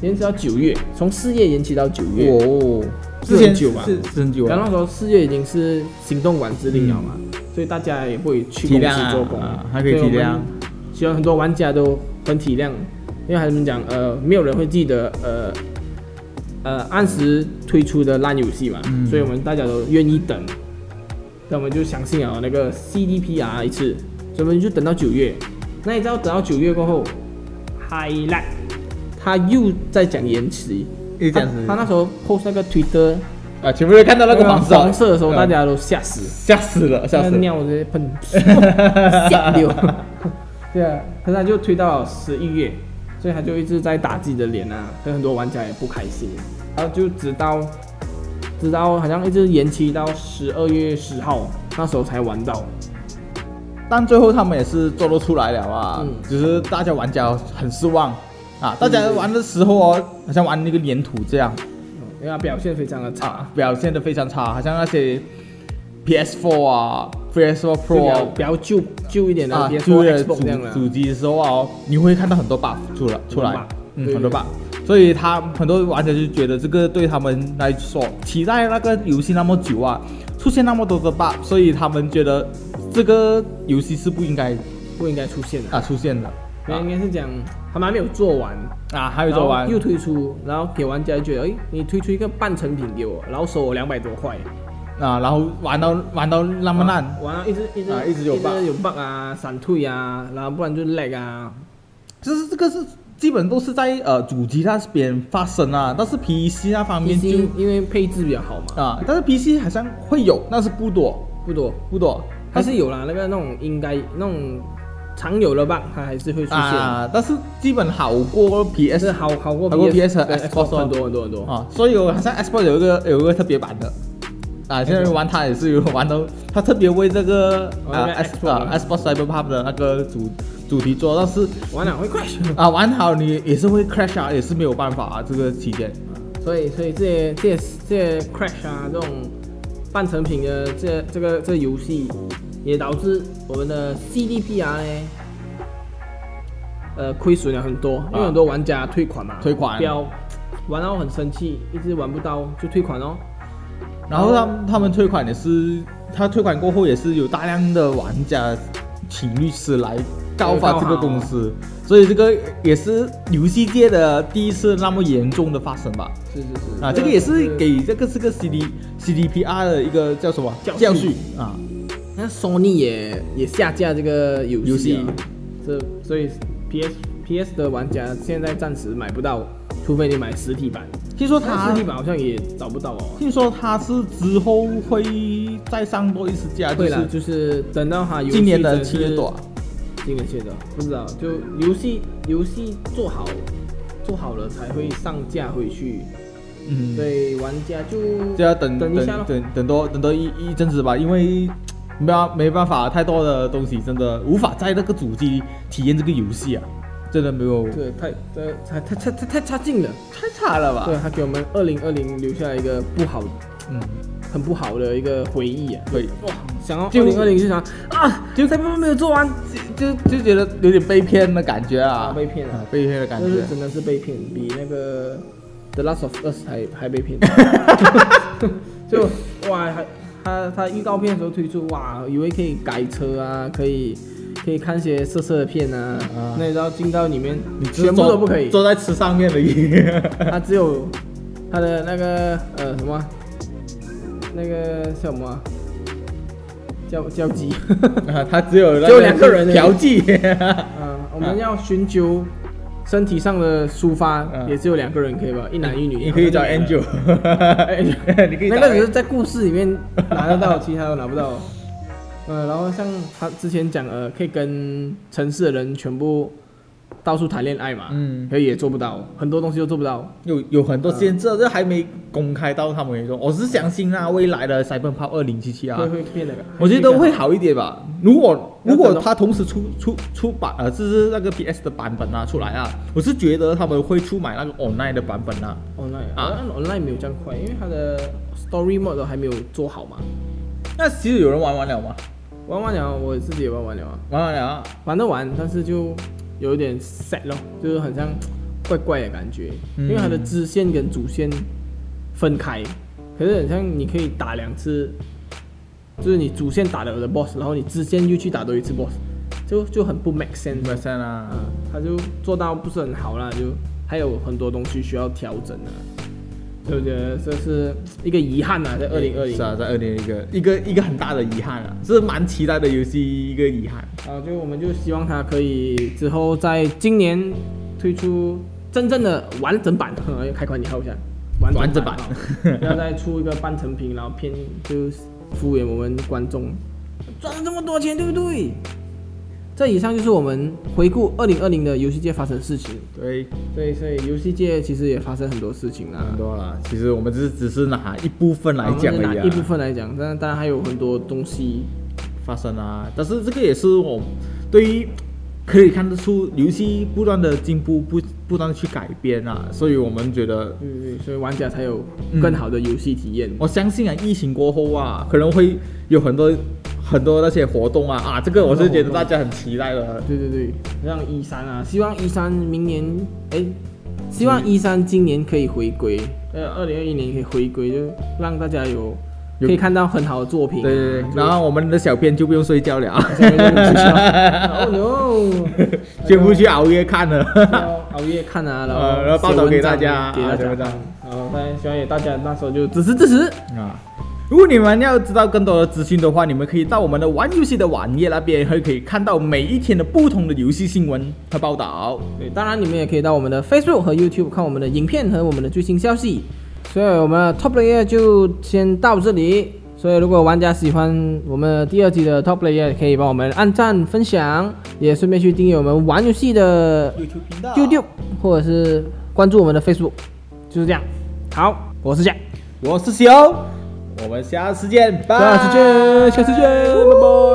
[SPEAKER 2] 延迟到九月，从四月延期到九月。
[SPEAKER 1] 哦，之
[SPEAKER 2] 是很
[SPEAKER 1] 前
[SPEAKER 2] 久吧
[SPEAKER 1] 是是很久
[SPEAKER 2] 然后
[SPEAKER 1] 啊，
[SPEAKER 2] 那时候四月已经是行动晚制定了嘛，所以大家也会去公
[SPEAKER 1] 体谅
[SPEAKER 2] 司
[SPEAKER 1] 啊
[SPEAKER 2] 做工，
[SPEAKER 1] 啊还可以
[SPEAKER 2] 所
[SPEAKER 1] 体
[SPEAKER 2] 我
[SPEAKER 1] 谅
[SPEAKER 2] 们。其实很多玩家都很体谅，因为他们讲呃，没有人会记得呃呃按时推出的烂游戏嘛，
[SPEAKER 1] 嗯
[SPEAKER 2] 所以我们大家都愿意等，那我们就相信啊那个 CDPR 一次，所以我们就等到九月。那你知道等到九月过后 h i l 他又在讲延期，
[SPEAKER 1] 一直这样子
[SPEAKER 2] 他他那时候 post 那个 Twitter
[SPEAKER 1] 啊，全部都看到那个黄色，
[SPEAKER 2] 黄色的时候，
[SPEAKER 1] 嗯
[SPEAKER 2] 大家都吓死。
[SPEAKER 1] 吓死了，吓
[SPEAKER 2] 那
[SPEAKER 1] 死
[SPEAKER 2] 个
[SPEAKER 1] 了。
[SPEAKER 2] 尿直接 喷，吓流。对啊，可是他就推到十一月，所以他就一直在打自己的脸啊，跟很多玩家也不开心，然后就直到直到好像一直延期到十二月十号那时候才玩到。
[SPEAKER 1] 但最后他们也是做得出来了啊
[SPEAKER 2] 嗯，
[SPEAKER 1] 只是大家玩家很失望啊。大家玩的时候哦，好像玩那个粘土这样
[SPEAKER 2] 因为他表现非常的差
[SPEAKER 1] 啊，，表现得非常差，好像那些 PS4 啊、PS4
[SPEAKER 2] 就比较
[SPEAKER 1] Pro
[SPEAKER 2] 比较旧旧一点的
[SPEAKER 1] 啊，
[SPEAKER 2] PS4
[SPEAKER 1] 出了主
[SPEAKER 2] Xbox 这样的啊。
[SPEAKER 1] 主机的时候啊哦，你会看到很多 buff 出了出来
[SPEAKER 2] bug，，
[SPEAKER 1] 嗯，
[SPEAKER 2] 对
[SPEAKER 1] 很多
[SPEAKER 2] 对
[SPEAKER 1] bug，所以他很多玩家就觉得这个对他们来说，期待那个游戏那么久啊，出现那么多的 bug，所以他们觉得这个游戏是不应该
[SPEAKER 2] 不应该出现的，
[SPEAKER 1] 啊出现的
[SPEAKER 2] 那应该是讲他们还没有做完，
[SPEAKER 1] 啊，还有做
[SPEAKER 2] 然
[SPEAKER 1] 完
[SPEAKER 2] 后又推出，然后给玩家觉得，哎，你推出一个半成品给我，然后收我两百多块，
[SPEAKER 1] 啊，然后玩到玩到那么烂，
[SPEAKER 2] 完了一直一直、
[SPEAKER 1] 啊一直有 bug
[SPEAKER 2] 有 bug 啊，闪退啊，然后不然就 lag 啊，
[SPEAKER 1] 就是这个是基本都是在呃主机那边发生啊，但是 PC 那方面
[SPEAKER 2] 毕
[SPEAKER 1] 就
[SPEAKER 2] 竟因为配置比较好嘛，
[SPEAKER 1] 啊，但是 PC 好像会有，但是不多
[SPEAKER 2] 不多，
[SPEAKER 1] 不多，
[SPEAKER 2] 还是有啦，那个那种应该那种常有的 bug 它还是会出现，
[SPEAKER 1] 啊，但是基本好过
[SPEAKER 2] 但是
[SPEAKER 1] PS
[SPEAKER 2] 好好过
[SPEAKER 1] 好过
[SPEAKER 2] PS
[SPEAKER 1] 和
[SPEAKER 2] 对
[SPEAKER 1] Xbox
[SPEAKER 2] 很多很多很多，
[SPEAKER 1] 啊，所以我好像 Xbox 有一个有一个特别版的。啊，现在玩它也是有玩到，它特别为这个啊
[SPEAKER 2] 哦那个
[SPEAKER 1] X 啊 Xbox Cyberpunk 的那个主主题做，但是
[SPEAKER 2] 完了会 crash，
[SPEAKER 1] 啊玩好你也是会 crash 啊，也是没有办法啊，这个期间。
[SPEAKER 2] 所以所以这些这些这些 crash 啊这种半成品的这这个这游戏，也导致我们的 CDPR 呢。呃，亏损了很多，因为
[SPEAKER 1] 啊
[SPEAKER 2] 很多玩家退款嘛，
[SPEAKER 1] 退款
[SPEAKER 2] 标玩到很生气，一直玩不到就退款哦。
[SPEAKER 1] 然后他们他们退款也是，他退款过后也是有大量的玩家请律师来告发这个公司，所以这个也是游戏界的第一次那么严重的发生吧。
[SPEAKER 2] 是是是
[SPEAKER 1] 啊，这个也是给这个是个 C D C D P R 的一个叫什么
[SPEAKER 2] 教训
[SPEAKER 1] 训啊，
[SPEAKER 2] 那 Sony 也也下架这个游
[SPEAKER 1] 游
[SPEAKER 2] 戏
[SPEAKER 1] 戏
[SPEAKER 2] 啊，这所以 PS PS 的玩家现在暂时买不到，除非你买实体版。
[SPEAKER 1] 听说
[SPEAKER 2] 但
[SPEAKER 1] 他
[SPEAKER 2] 实体版好像也找不到哦。
[SPEAKER 1] 听说他是之后会再上多一次架，就
[SPEAKER 2] 对了，
[SPEAKER 1] 是
[SPEAKER 2] 就是等到它游戏
[SPEAKER 1] 今年的
[SPEAKER 2] 真
[SPEAKER 1] 七
[SPEAKER 2] 是
[SPEAKER 1] 月多啊。
[SPEAKER 2] 今年七月多不知道，就游戏游戏做好做好了才会上架回去，
[SPEAKER 1] 嗯，
[SPEAKER 2] 对玩家就
[SPEAKER 1] 就要等
[SPEAKER 2] 等
[SPEAKER 1] 等
[SPEAKER 2] 一下咯
[SPEAKER 1] 等等多等多一一阵子吧，因为没办没办法，太多的东西真的无法在那个主机体验这个游戏啊，真的没有
[SPEAKER 2] 对，太呃，太太太太太差劲了。
[SPEAKER 1] 太差了吧
[SPEAKER 2] 对，他给我们二零二零留下一个不好、
[SPEAKER 1] 嗯，
[SPEAKER 2] 很不好的一个回忆啊。
[SPEAKER 1] 对，
[SPEAKER 2] 哇，想要二
[SPEAKER 1] 就
[SPEAKER 2] 零二零就想啊，就才部分没有做完，
[SPEAKER 1] 就就觉得有点被骗的感觉啊
[SPEAKER 2] 啊，被骗了
[SPEAKER 1] 啊被骗的感
[SPEAKER 2] 但是
[SPEAKER 1] 觉。
[SPEAKER 2] 真的是被骗，比那个《The Last of Us 还》还被 骗。就哇，还他他预告片的时候推出，哇，以为可以改车啊，可以可以看些色色的片啊，
[SPEAKER 1] 啊
[SPEAKER 2] 那你知道进到里面，
[SPEAKER 1] 你只是
[SPEAKER 2] 全部
[SPEAKER 1] 坐
[SPEAKER 2] 都不可以。
[SPEAKER 1] 坐在吃上面而已。
[SPEAKER 2] 他只有他的那个呃什么啊，那个叫什么啊叫叫 鸡，
[SPEAKER 1] 啊他只有那
[SPEAKER 2] 只有两个人而已
[SPEAKER 1] 调 剂，
[SPEAKER 2] 嗯，我们要寻求身体上的抒发，
[SPEAKER 1] 嗯
[SPEAKER 2] 也只有两个人可以吧，一男一女。
[SPEAKER 1] 你可以找 Angel，你 可以找
[SPEAKER 2] 那个只是在故事里面拿得到，其他都拿不到。呃，然后像他之前讲，呃，可以跟城市的人全部到处谈恋爱嘛，
[SPEAKER 1] 嗯
[SPEAKER 2] 可以也做不到，很多东西都做不到。
[SPEAKER 1] 有有很多限制，这还没公开到他们眼中。我是相信啊，未来的 Cyberpunk 二零七七啊
[SPEAKER 2] 会，会变得，
[SPEAKER 1] 我觉得会好一点吧。如果
[SPEAKER 2] 要
[SPEAKER 1] 如
[SPEAKER 2] 等到
[SPEAKER 1] 果它同时出出出版呃，就是那个 PS 的版本啊出来啊，我是觉得他们会出买那个 online 的版本啊。
[SPEAKER 2] online
[SPEAKER 1] 啊
[SPEAKER 2] 啊，online 没有这样快，因为它的 story mode 都还没有做好嘛。
[SPEAKER 1] 那其实有人玩完了吗？
[SPEAKER 2] 玩完了，我自己也玩完了啊，
[SPEAKER 1] 玩完了啊，
[SPEAKER 2] 玩得完，但是就有一点 sad 咯，就是很像怪怪的感觉，
[SPEAKER 1] 嗯
[SPEAKER 2] 因为它的支线跟主线分开，可是很像你可以打两次，就是你主线打了我的 boss，然后你支线又去打多一次 boss，就就很不 make sense
[SPEAKER 1] 明。白噻啦
[SPEAKER 2] 嗯，，他就做到不是很好啦，就还有很多东西需要调整啊，所以我觉得这是一个遗憾啊，在二零二零
[SPEAKER 1] 是。啊，在二零一个一个一个很大的遗憾啊，是蛮期待的游戏一个遗憾。
[SPEAKER 2] 啊，就我们就希望它可以之后在今年推出真正的完整版，呵开款以后想完整
[SPEAKER 1] 完
[SPEAKER 2] 版啊
[SPEAKER 1] 整版，
[SPEAKER 2] 不要再出一个半成品，然后骗就是敷衍我们观众，赚了这么多钱，对不对？这以上就是我们回顾二零二零的游戏界发生的事情。
[SPEAKER 1] 对，啊
[SPEAKER 2] 对，所以游戏界其实也发生很多事情啦
[SPEAKER 1] 很。多了。其实我们只是只是拿一部分来讲
[SPEAKER 2] 我们
[SPEAKER 1] 而
[SPEAKER 2] 是
[SPEAKER 1] 已
[SPEAKER 2] 拿
[SPEAKER 1] 啊，
[SPEAKER 2] 一部分来讲，但当然还有很多东西。
[SPEAKER 1] 发生啊。但是这个也是我对于可以看得出游戏不断的进步，不不断的去改变啊。所以我们觉得，
[SPEAKER 2] 对对对，所以玩家才有
[SPEAKER 1] 嗯
[SPEAKER 2] 更好的游戏体验。
[SPEAKER 1] 我相信啊，疫情过后啊，可能会有很多很多那些活动啊啊，这个我是觉得大家很期待的。
[SPEAKER 2] 对对对，让一三啊，希望一三明年，哎，希望一三今年可以回归，呃，二零二一年可以回归，就让大家有
[SPEAKER 1] 有
[SPEAKER 2] 可以看到很好的作品、
[SPEAKER 1] 对
[SPEAKER 2] 啊。
[SPEAKER 1] 对对，
[SPEAKER 2] 就
[SPEAKER 1] 然后我们的小编就不用睡觉了啊，
[SPEAKER 2] 下面就取 消 Oh no！
[SPEAKER 1] 全部去熬夜看了。
[SPEAKER 2] 要熬夜看啊，然后
[SPEAKER 1] 呃然后报道给大家
[SPEAKER 2] 写文
[SPEAKER 1] 啊
[SPEAKER 2] 章给
[SPEAKER 1] 写
[SPEAKER 2] 大
[SPEAKER 1] 文
[SPEAKER 2] 家
[SPEAKER 1] 章
[SPEAKER 2] 看，然后当然希望也大家那时候就支持支持。
[SPEAKER 1] 啊。如果你们要知道更多的资讯的话，你们可以到我们的玩游戏的网页那边，还可以看到每一天的不同的游戏新闻和报道。
[SPEAKER 2] 对，当然你们也可以到我们的 Facebook 和 YouTube 看我们的影片和我们的最新消息。所以我们的 Top Layer 就先到这里。所以如果玩家喜欢我们第二季的 Top Layer，可以帮我们按赞、分享，也顺便去订阅我们玩游戏的
[SPEAKER 1] YouTube 频道
[SPEAKER 2] YouTube，或者是关注我们的 Facebook，就是这样。好，我是 Jack，
[SPEAKER 1] 我是小欧，我们下次见，
[SPEAKER 2] 下次见，下次见，拜拜。